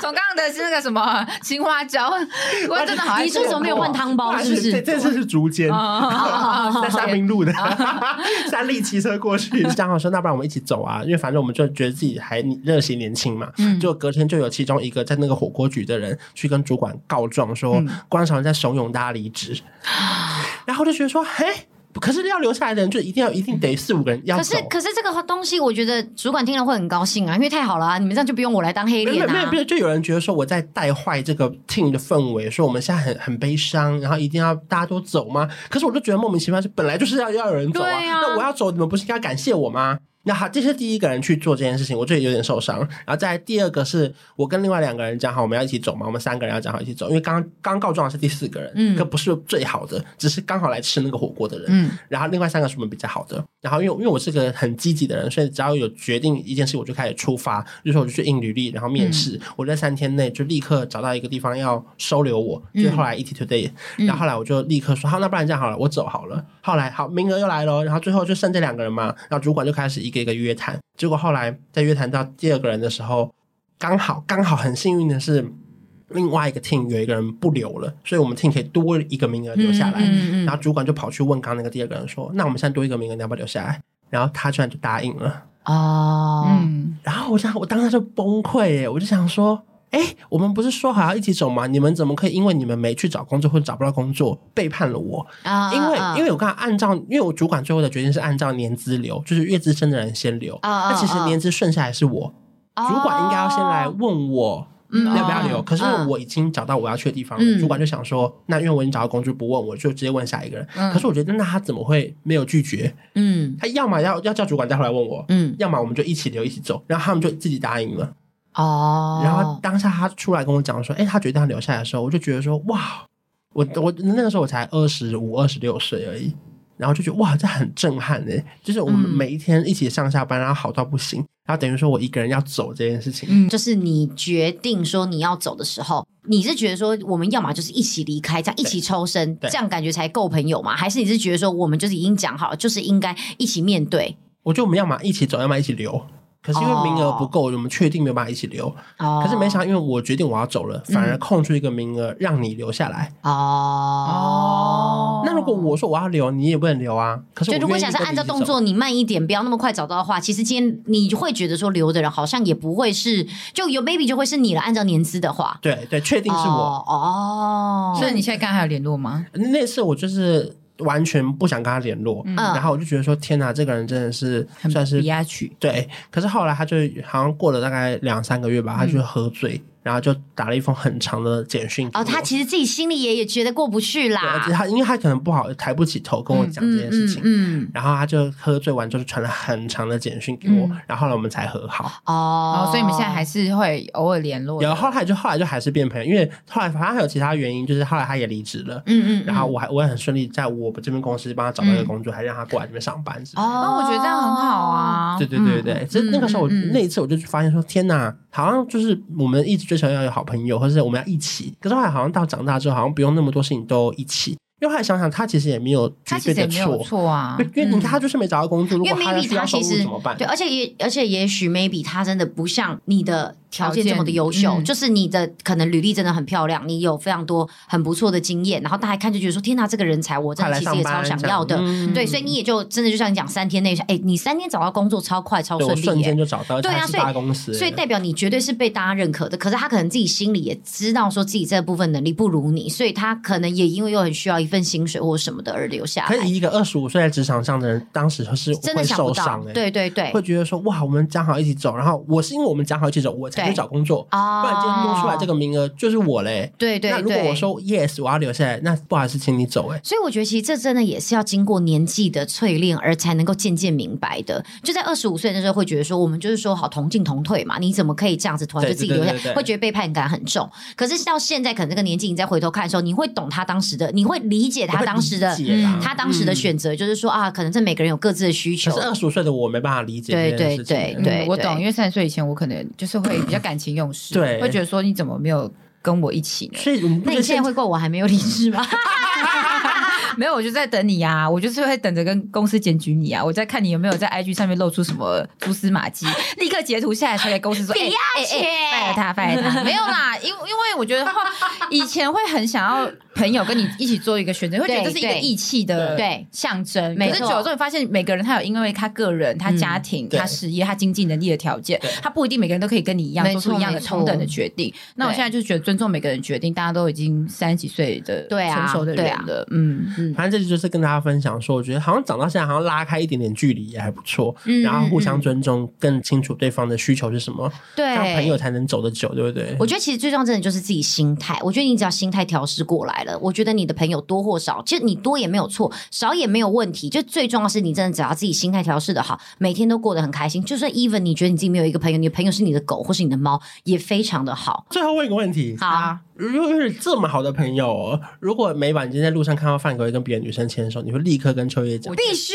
[SPEAKER 2] 从刚刚的是那个什么青花椒，我真的好爱
[SPEAKER 3] 你
[SPEAKER 2] 吃
[SPEAKER 3] 说
[SPEAKER 2] 火锅。
[SPEAKER 3] 怎么没有换汤包？是不
[SPEAKER 1] 这
[SPEAKER 3] 是？
[SPEAKER 1] 这次是竹间，在三明路的 三立骑车过去，刚哦好说那不然我们一起走啊，因为反正我们就觉得自己还热血年轻嘛。就隔天就有其中一个在那个火锅局的人去跟主管告状说，观赏人在怂恿大家离 职，然后就觉得说，嘿。可是要留下来的人就一定要一定得四五个 人要
[SPEAKER 3] 可
[SPEAKER 1] 走
[SPEAKER 3] 是，可是这个东西，我觉得主管听了会很高兴啊，因为太好了啊，你们这样就不用我来当黑
[SPEAKER 1] 没
[SPEAKER 3] 脸
[SPEAKER 1] 有没有
[SPEAKER 3] 啊
[SPEAKER 1] 没。有，就有人觉得说我在带坏这个 team 的氛围，说我们现在很很悲伤，然后一定要大家都走吗？可是我就觉得莫名其妙，是本来就是要要有人走啊，
[SPEAKER 3] 对啊
[SPEAKER 1] 那我要走，你们不是应该感谢我吗？那好，这是第一个人去做这件事情，我就有点受伤。然后再来第二个是我跟另外两个人讲好，我们要一起走嘛，我们三个人要讲好一起走，因为刚刚告状的是第四个人，
[SPEAKER 3] 嗯
[SPEAKER 1] 可不是最好的，只是刚好来吃那个火锅的人，
[SPEAKER 2] 嗯，
[SPEAKER 1] 然后另外三个是我们比较好的。然后因为因为我是个很积极的人，所以只要有决定一件事，我就开始出发。比如说我就去印履历，然后面试。我在三天内就立刻找到一个地方要收留我，就是后来 ET Today、然后
[SPEAKER 3] 嗯
[SPEAKER 1] 后来我就立刻说好，那不然这样好了，我走好了。后来好名额又来了，然后最后就剩这两个人嘛。然后主管就开始一个一个约谈。结果后来在约谈到第二个人的时候，刚好刚好很幸运的是。另外一个 team 有一个人不留了，所以我们 team 可以多一个名额留下来。
[SPEAKER 3] 嗯嗯
[SPEAKER 1] 然后主管就跑去问刚刚那个第二个人说：“那我们现在多一个名额，你要不要留下来？”然后他居然就答应了。
[SPEAKER 3] 哦，
[SPEAKER 2] 嗯，
[SPEAKER 1] 然后我想，我当时就崩溃耶！我就想说，哎，我们不是说好要一起走吗？你们怎么可以因为你们没去找工作或者找不到工作背叛了我？
[SPEAKER 3] 啊
[SPEAKER 1] 因为
[SPEAKER 3] 啊
[SPEAKER 1] 因为我刚刚按照，因为我主管最后的决定是按照年资留，就是越资深的人先留。
[SPEAKER 3] 啊
[SPEAKER 1] 那其实
[SPEAKER 3] 啊
[SPEAKER 1] 年资顺下来是我，
[SPEAKER 3] 啊
[SPEAKER 1] 主管应该要先来
[SPEAKER 3] 哦
[SPEAKER 1] 问我
[SPEAKER 3] 嗯
[SPEAKER 1] 要不要留？
[SPEAKER 3] 嗯
[SPEAKER 1] 可是因为
[SPEAKER 3] 嗯
[SPEAKER 1] 我已经找到我要去的地方了，
[SPEAKER 3] 嗯
[SPEAKER 1] 主管就想说，那因为我已经找到工作不问，我就直接问下一个人。可是我觉得，那他怎么会没有拒绝？
[SPEAKER 3] 嗯
[SPEAKER 1] 他要么要要叫主管再回来问我，
[SPEAKER 3] 嗯
[SPEAKER 1] 要么我们就一起留一起走。然后他们就自己答应了。
[SPEAKER 3] 哦，
[SPEAKER 1] 然后当下他出来跟我讲说，哎、他决定要留下来的时候，我就觉得说，哇，我我那个时候我才二十五、二十六岁而已。然后就觉得哇，这很震撼哎、就是我们
[SPEAKER 3] 嗯
[SPEAKER 1] 每一天一起上下班，然后好到不行，然后等于说我一个人要走这件事情，
[SPEAKER 3] 就是你决定说你要走的时候，你是觉得说我们要么就是一起离开，这样一起抽身，
[SPEAKER 1] 对
[SPEAKER 3] 这样感觉才够朋友嘛？还是你是觉得说我们就是已经讲好了，就是应该一起面对？
[SPEAKER 1] 我就我们要么一起走，要么一起留。可是因为名额不够，我们确定没有办法一起留。
[SPEAKER 3] 哦，嗯
[SPEAKER 1] 可是没想到，因为我决定我要走了，反而空出一个名额让你留下来。
[SPEAKER 3] 哦。
[SPEAKER 2] 哦
[SPEAKER 1] 那如果我说我要留，你也不能留啊。可是我
[SPEAKER 3] 就如果
[SPEAKER 1] 愿
[SPEAKER 3] 想
[SPEAKER 1] 意
[SPEAKER 3] 是
[SPEAKER 1] 跟你
[SPEAKER 3] 按照
[SPEAKER 1] 一起走
[SPEAKER 3] 动，作，你慢一点，不要那么快找到的话，其实今天你会觉得说留的人好像也不会是，就有 maybe 就会是你了。按照年资的话，
[SPEAKER 1] 对对，确定是我。
[SPEAKER 3] 哦。哦
[SPEAKER 2] 所以你现在跟他还有联络吗？
[SPEAKER 1] 那次我就是完全不想跟他联络，
[SPEAKER 2] 嗯
[SPEAKER 1] 然后我就觉得说，天哪，这个人真的是
[SPEAKER 2] 很
[SPEAKER 1] 算是
[SPEAKER 2] 比亚曲，
[SPEAKER 1] 对，可是后来他就好像过了大概两三个月
[SPEAKER 3] 嗯
[SPEAKER 1] 吧，他就喝醉，然后就打了一封很长的简讯给
[SPEAKER 3] 哦，他
[SPEAKER 1] 我
[SPEAKER 3] 其实自己心里也也觉得过不去
[SPEAKER 1] 对而
[SPEAKER 3] 啦
[SPEAKER 1] 且。他因为他可能不好抬不起头跟我讲这件事情，
[SPEAKER 3] 嗯，
[SPEAKER 1] 然后他就喝醉完之后就传了很长的简讯给我，
[SPEAKER 2] 嗯
[SPEAKER 1] 然后后来我们才和好。
[SPEAKER 3] 哦
[SPEAKER 2] 哦，，所以你们现在还是会偶尔联络的，
[SPEAKER 1] 然后后来就后来就还是变朋友，因为后来反正还有其他原因，就是后来他也离职了，
[SPEAKER 3] 嗯嗯，
[SPEAKER 1] 然后我还我也很顺利在我们这边公司帮他找到一个工作，还让他过来这边上班之类的。
[SPEAKER 2] 那
[SPEAKER 3] 哦
[SPEAKER 2] 我觉得这样很好。啊。
[SPEAKER 1] 对对
[SPEAKER 3] 嗯
[SPEAKER 1] 对对对，这、那个时候我、
[SPEAKER 2] 嗯嗯
[SPEAKER 1] 那一次我就发现说，天哪，好像就是我们一直追求要有好朋友，或者是我们要一起。可是后来好像到长大之后，好像不用那么多事情都一起。因为后来想想，他其实也没有绝
[SPEAKER 2] 他其
[SPEAKER 1] 对
[SPEAKER 2] 实也
[SPEAKER 1] 的
[SPEAKER 2] 没有
[SPEAKER 1] 错，
[SPEAKER 2] 错 啊，
[SPEAKER 1] 因为你
[SPEAKER 2] 嗯
[SPEAKER 1] 看他就是没找到工作，如
[SPEAKER 3] 因
[SPEAKER 1] 果
[SPEAKER 3] 为
[SPEAKER 1] 要
[SPEAKER 3] maybe
[SPEAKER 1] 需要
[SPEAKER 3] 他
[SPEAKER 1] 收
[SPEAKER 3] 其
[SPEAKER 1] 入
[SPEAKER 3] 实
[SPEAKER 1] 怎么办？
[SPEAKER 3] 对，而且也而且也许 maybe 他真的不像你的条件这么的
[SPEAKER 2] 条
[SPEAKER 3] 优秀，
[SPEAKER 2] 件嗯
[SPEAKER 3] 就是你的可能履历真的很漂亮，你有非常多很不错的经验，然后大家一看就觉得说天哪，这个人才我真
[SPEAKER 1] 快
[SPEAKER 3] 的
[SPEAKER 1] 来
[SPEAKER 3] 其实
[SPEAKER 1] 上
[SPEAKER 3] 也
[SPEAKER 1] 班
[SPEAKER 3] 超想要的，
[SPEAKER 1] 嗯
[SPEAKER 3] 对，所以你也就真的就像你讲三天内，哎，你三天找到工作超快超
[SPEAKER 1] 对我
[SPEAKER 3] 顺利
[SPEAKER 1] 瞬
[SPEAKER 3] 耶
[SPEAKER 1] 间。就找到，
[SPEAKER 3] 对
[SPEAKER 1] 他
[SPEAKER 3] 啊
[SPEAKER 1] 是
[SPEAKER 3] 所以
[SPEAKER 1] 大公司，
[SPEAKER 3] 所以代表你绝对是被大家认可的，可是他可能自己心里也知道说自己这部分能力不如你，所以他可能也因为又很需要一份薪水或什么的而留下
[SPEAKER 1] 可
[SPEAKER 3] 来
[SPEAKER 1] 以，一个二十五岁在职场上的人，当时就是
[SPEAKER 3] 啊真的
[SPEAKER 1] 会
[SPEAKER 3] 想不
[SPEAKER 1] 受
[SPEAKER 3] 到
[SPEAKER 1] 伤，哎、
[SPEAKER 3] 对对对，
[SPEAKER 1] 会觉得说哇，我们讲好一起走，然后我是因为我们讲好一起走，我才去
[SPEAKER 3] 对
[SPEAKER 1] 找工作，
[SPEAKER 3] 哦
[SPEAKER 1] 不然今天多出来这个名额就是我嘞。
[SPEAKER 3] 对对
[SPEAKER 1] 那
[SPEAKER 3] 对。
[SPEAKER 1] 如果我说 yes，我要留下来，那不好意思，请你走、哎，
[SPEAKER 3] 所以我觉得，其实这真的也是要经过年纪的淬炼，而才能够渐渐明白的。就在二十五岁的时候，会觉得说，我们就是说好同进同退嘛，你怎么可以这样子突然就自己
[SPEAKER 1] 对对
[SPEAKER 3] 留
[SPEAKER 1] 对
[SPEAKER 3] 下？
[SPEAKER 1] 对对
[SPEAKER 3] 会觉得背叛感很重。可是到现在，可能这个年纪，你再回头看的时候，你会懂他当时的，你会理解他当时的
[SPEAKER 1] 我会理，解啦
[SPEAKER 2] 嗯
[SPEAKER 3] 他当时的选择，就是说啊，可能这每个人有各自的需
[SPEAKER 1] 可
[SPEAKER 3] 求
[SPEAKER 1] 是。二十五岁的我没办法理解
[SPEAKER 3] 对
[SPEAKER 1] 这件事情哎
[SPEAKER 3] 对
[SPEAKER 2] 嗯
[SPEAKER 3] 对
[SPEAKER 2] 我懂，因为三十岁以前我可能就是会比较感情用事，
[SPEAKER 1] 对
[SPEAKER 2] 会觉得说你怎么没有跟我一起呢？
[SPEAKER 1] 所以我们不觉
[SPEAKER 3] 那你
[SPEAKER 1] 得
[SPEAKER 3] 现在会怪我还没有理智吗？
[SPEAKER 2] 没有，我就在等你呀、我就是会等着跟公司检举你啊，我在看你有没有在 IG 上面露出什么蛛丝马 迹，立刻截图下来传给公司说，
[SPEAKER 3] 不
[SPEAKER 2] 哎
[SPEAKER 3] 要钱
[SPEAKER 2] 拜了他，拜了他，没有啦，因因为我觉得话以前会很想要朋友跟你一起做一个选择，会觉得这是一个
[SPEAKER 3] 对
[SPEAKER 2] 义气的
[SPEAKER 3] 对
[SPEAKER 2] 象征，
[SPEAKER 3] 没
[SPEAKER 2] 可是久
[SPEAKER 3] 错嗯
[SPEAKER 2] 了之后，你发现每个人他有因为他个人、他家庭、
[SPEAKER 1] 对
[SPEAKER 2] 他事业、他经济能力的条件，他不一定每个人都可以跟你一样
[SPEAKER 3] 没
[SPEAKER 2] 做
[SPEAKER 3] 错
[SPEAKER 2] 出一样的
[SPEAKER 3] 没错
[SPEAKER 2] 同等的决定。那我现在就是觉得尊重每个人决定，大家都已经三十几岁的
[SPEAKER 3] 对啊
[SPEAKER 2] 成熟的人
[SPEAKER 3] 对啊
[SPEAKER 2] 了，嗯，
[SPEAKER 1] 反正这就是跟大家分享说，我觉得好像长到现在，好像拉开一点点距离也还不错，
[SPEAKER 3] 嗯
[SPEAKER 1] 然后互相尊重，更清楚对方的需求是什么，这样朋友
[SPEAKER 3] 对。
[SPEAKER 1] 才能走得久，对不对？
[SPEAKER 3] 我觉得其实最重要真的就是自己心态。我觉得你只要心态调试过来了，我觉得你的朋友多或少，其实你多也没有错，少也没有问题。就最重要是你真的只要自己心态调试的好，每天都过得很开心。就算 even 你觉得你自己没有一个朋友，你的朋友是你的狗或是你的猫，也非常的好。
[SPEAKER 1] 最后问一个问题，
[SPEAKER 3] 好，
[SPEAKER 1] 如果是这么好的朋友哦，如果每晚今天在路上看到范格跟别的女生牵手，你会立刻跟秋叶讲？
[SPEAKER 3] 必须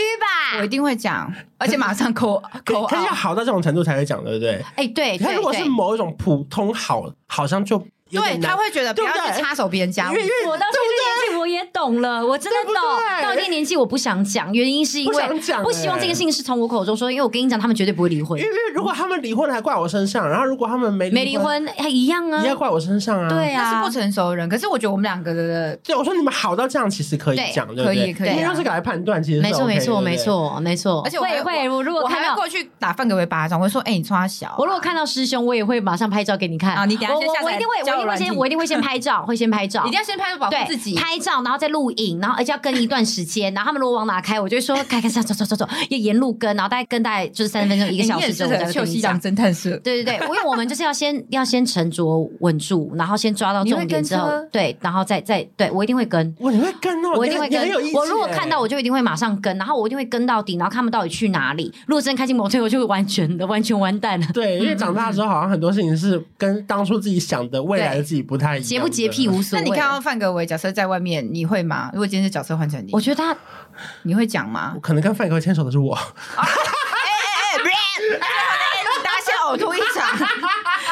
[SPEAKER 2] 我一
[SPEAKER 3] 吧？
[SPEAKER 2] 定会讲，而且马 上扣扣
[SPEAKER 1] 可以要
[SPEAKER 2] 啊。
[SPEAKER 1] 好到这种程度才会讲，对不对？
[SPEAKER 3] 哎、对，
[SPEAKER 1] 他
[SPEAKER 3] 对
[SPEAKER 1] 如果是
[SPEAKER 3] 对
[SPEAKER 1] 某一种普通好，好像就有
[SPEAKER 2] 对
[SPEAKER 1] 点难
[SPEAKER 2] 他。会觉得不
[SPEAKER 1] 对
[SPEAKER 2] 要
[SPEAKER 1] 不对
[SPEAKER 2] 去插手别人家务
[SPEAKER 1] 因，为因为
[SPEAKER 3] 我到这个年纪我也懂了，我真的懂。到一定年纪我不想讲，原因是因为
[SPEAKER 1] 不想讲
[SPEAKER 3] 不希望
[SPEAKER 1] 欸
[SPEAKER 3] 这件事情是从我口中说，因为我跟你讲，他们绝对不会离婚
[SPEAKER 1] 因，为如果他们离婚还怪我身上，然后如果他们没
[SPEAKER 3] 没离
[SPEAKER 1] 婚，
[SPEAKER 3] 婚还一样啊
[SPEAKER 1] 也。要怪我身上啊。
[SPEAKER 3] 对
[SPEAKER 2] 他
[SPEAKER 3] 啊，
[SPEAKER 2] 是不成熟的人。可是我觉得我们两个的
[SPEAKER 1] 对，我说你们好到这样，其实可以讲，对不
[SPEAKER 2] 可
[SPEAKER 1] 对？
[SPEAKER 2] 以可以
[SPEAKER 1] 因为
[SPEAKER 2] 啊
[SPEAKER 1] 用这个来判断，其实是
[SPEAKER 3] 没错，
[SPEAKER 1] OK
[SPEAKER 3] 没
[SPEAKER 1] 的
[SPEAKER 3] 错，
[SPEAKER 1] 对不
[SPEAKER 3] 没。
[SPEAKER 1] 对
[SPEAKER 3] 错，没错。
[SPEAKER 2] 而且我还
[SPEAKER 3] 会会，我如果
[SPEAKER 2] 我
[SPEAKER 3] 看
[SPEAKER 2] 还会
[SPEAKER 3] 到
[SPEAKER 2] 过去打范格为巴掌，我会说：“哎、你穿小啊、
[SPEAKER 3] 我如果看到师兄，我也会马上拍照给你看
[SPEAKER 2] 啊你等下
[SPEAKER 3] 我
[SPEAKER 2] 先下
[SPEAKER 3] 我我
[SPEAKER 2] 载
[SPEAKER 3] 一定会，我
[SPEAKER 2] 交友
[SPEAKER 3] 一定会
[SPEAKER 2] 软
[SPEAKER 3] 先，
[SPEAKER 2] 体
[SPEAKER 3] 我一定会先拍照，会先拍照
[SPEAKER 2] 一定。要先拍保护
[SPEAKER 3] 对，
[SPEAKER 2] 自己，
[SPEAKER 3] 拍照，然后再录影，然后而且要跟一段时间，然后他们如果往哪开，我就会说开开走走走走走，要沿路跟，然后大概跟大概就是三十 分钟一
[SPEAKER 2] 一
[SPEAKER 3] 个小时之后我再
[SPEAKER 2] 秀
[SPEAKER 3] 跟
[SPEAKER 2] 西
[SPEAKER 3] 你
[SPEAKER 2] 洋
[SPEAKER 3] 讲。
[SPEAKER 2] 侦探社。
[SPEAKER 3] 对对对，因为我们就是要先要先沉着稳住，然后先抓到
[SPEAKER 2] 你会
[SPEAKER 3] 重点
[SPEAKER 2] 跟
[SPEAKER 3] 之后
[SPEAKER 2] 车，
[SPEAKER 3] 对，然后再再对我一定会跟。
[SPEAKER 1] 哇，你会跟哦，
[SPEAKER 3] 我
[SPEAKER 1] 你
[SPEAKER 3] 一定会
[SPEAKER 1] 你很
[SPEAKER 3] 跟
[SPEAKER 1] 有意。思欸
[SPEAKER 3] 我如果
[SPEAKER 1] 耶
[SPEAKER 3] 看到，我就一定会马上跟，然后我一定会跟到底，然后看不到底去哪里。如果真的开进摩托，我就会完全的完全完蛋了。
[SPEAKER 1] 对，因为长大之
[SPEAKER 3] 嗯
[SPEAKER 1] 后好像很多事情是跟当初自己想的未来的自己不太 一样的。啊
[SPEAKER 3] 洁不洁癖无所
[SPEAKER 2] 那
[SPEAKER 3] 谓。
[SPEAKER 2] 你看哦到范格维角色在外面，你会吗？如果今天是角色换成你，
[SPEAKER 3] 我觉得他
[SPEAKER 2] 你会讲吗哎
[SPEAKER 1] 我？可能跟范哥牵手的是我，
[SPEAKER 2] 大家先呕吐一 场。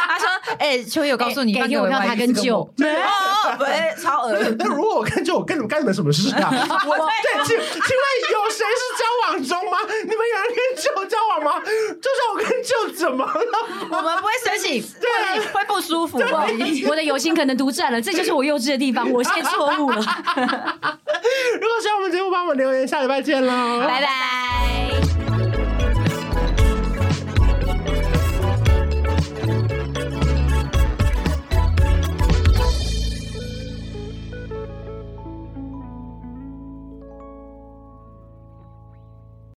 [SPEAKER 2] 他说：“哎、秋叶，我告诉你，
[SPEAKER 3] 哎
[SPEAKER 2] 范
[SPEAKER 3] 给
[SPEAKER 2] 格
[SPEAKER 3] 我
[SPEAKER 2] 维
[SPEAKER 3] 看
[SPEAKER 2] 外
[SPEAKER 3] 他
[SPEAKER 2] 遇是
[SPEAKER 3] 跟
[SPEAKER 2] 个
[SPEAKER 3] 舅
[SPEAKER 2] 魔没有，喂，哎超恶心。
[SPEAKER 1] 那如果我看见我跟你们干你们什么事 啊？我对，请请问有谁是交往中吗？你们有人跟舅交往吗？就算我跟舅怎么了？
[SPEAKER 2] 我们不会生气，对， 会不舒服。
[SPEAKER 3] 哇
[SPEAKER 2] 会
[SPEAKER 3] 我的友情可能独占了，这就是我幼稚的地方，我现在错误
[SPEAKER 1] 如果
[SPEAKER 3] 了，
[SPEAKER 1] 喜欢我们节目，帮我们留言，下礼拜见喽，
[SPEAKER 3] 拜拜。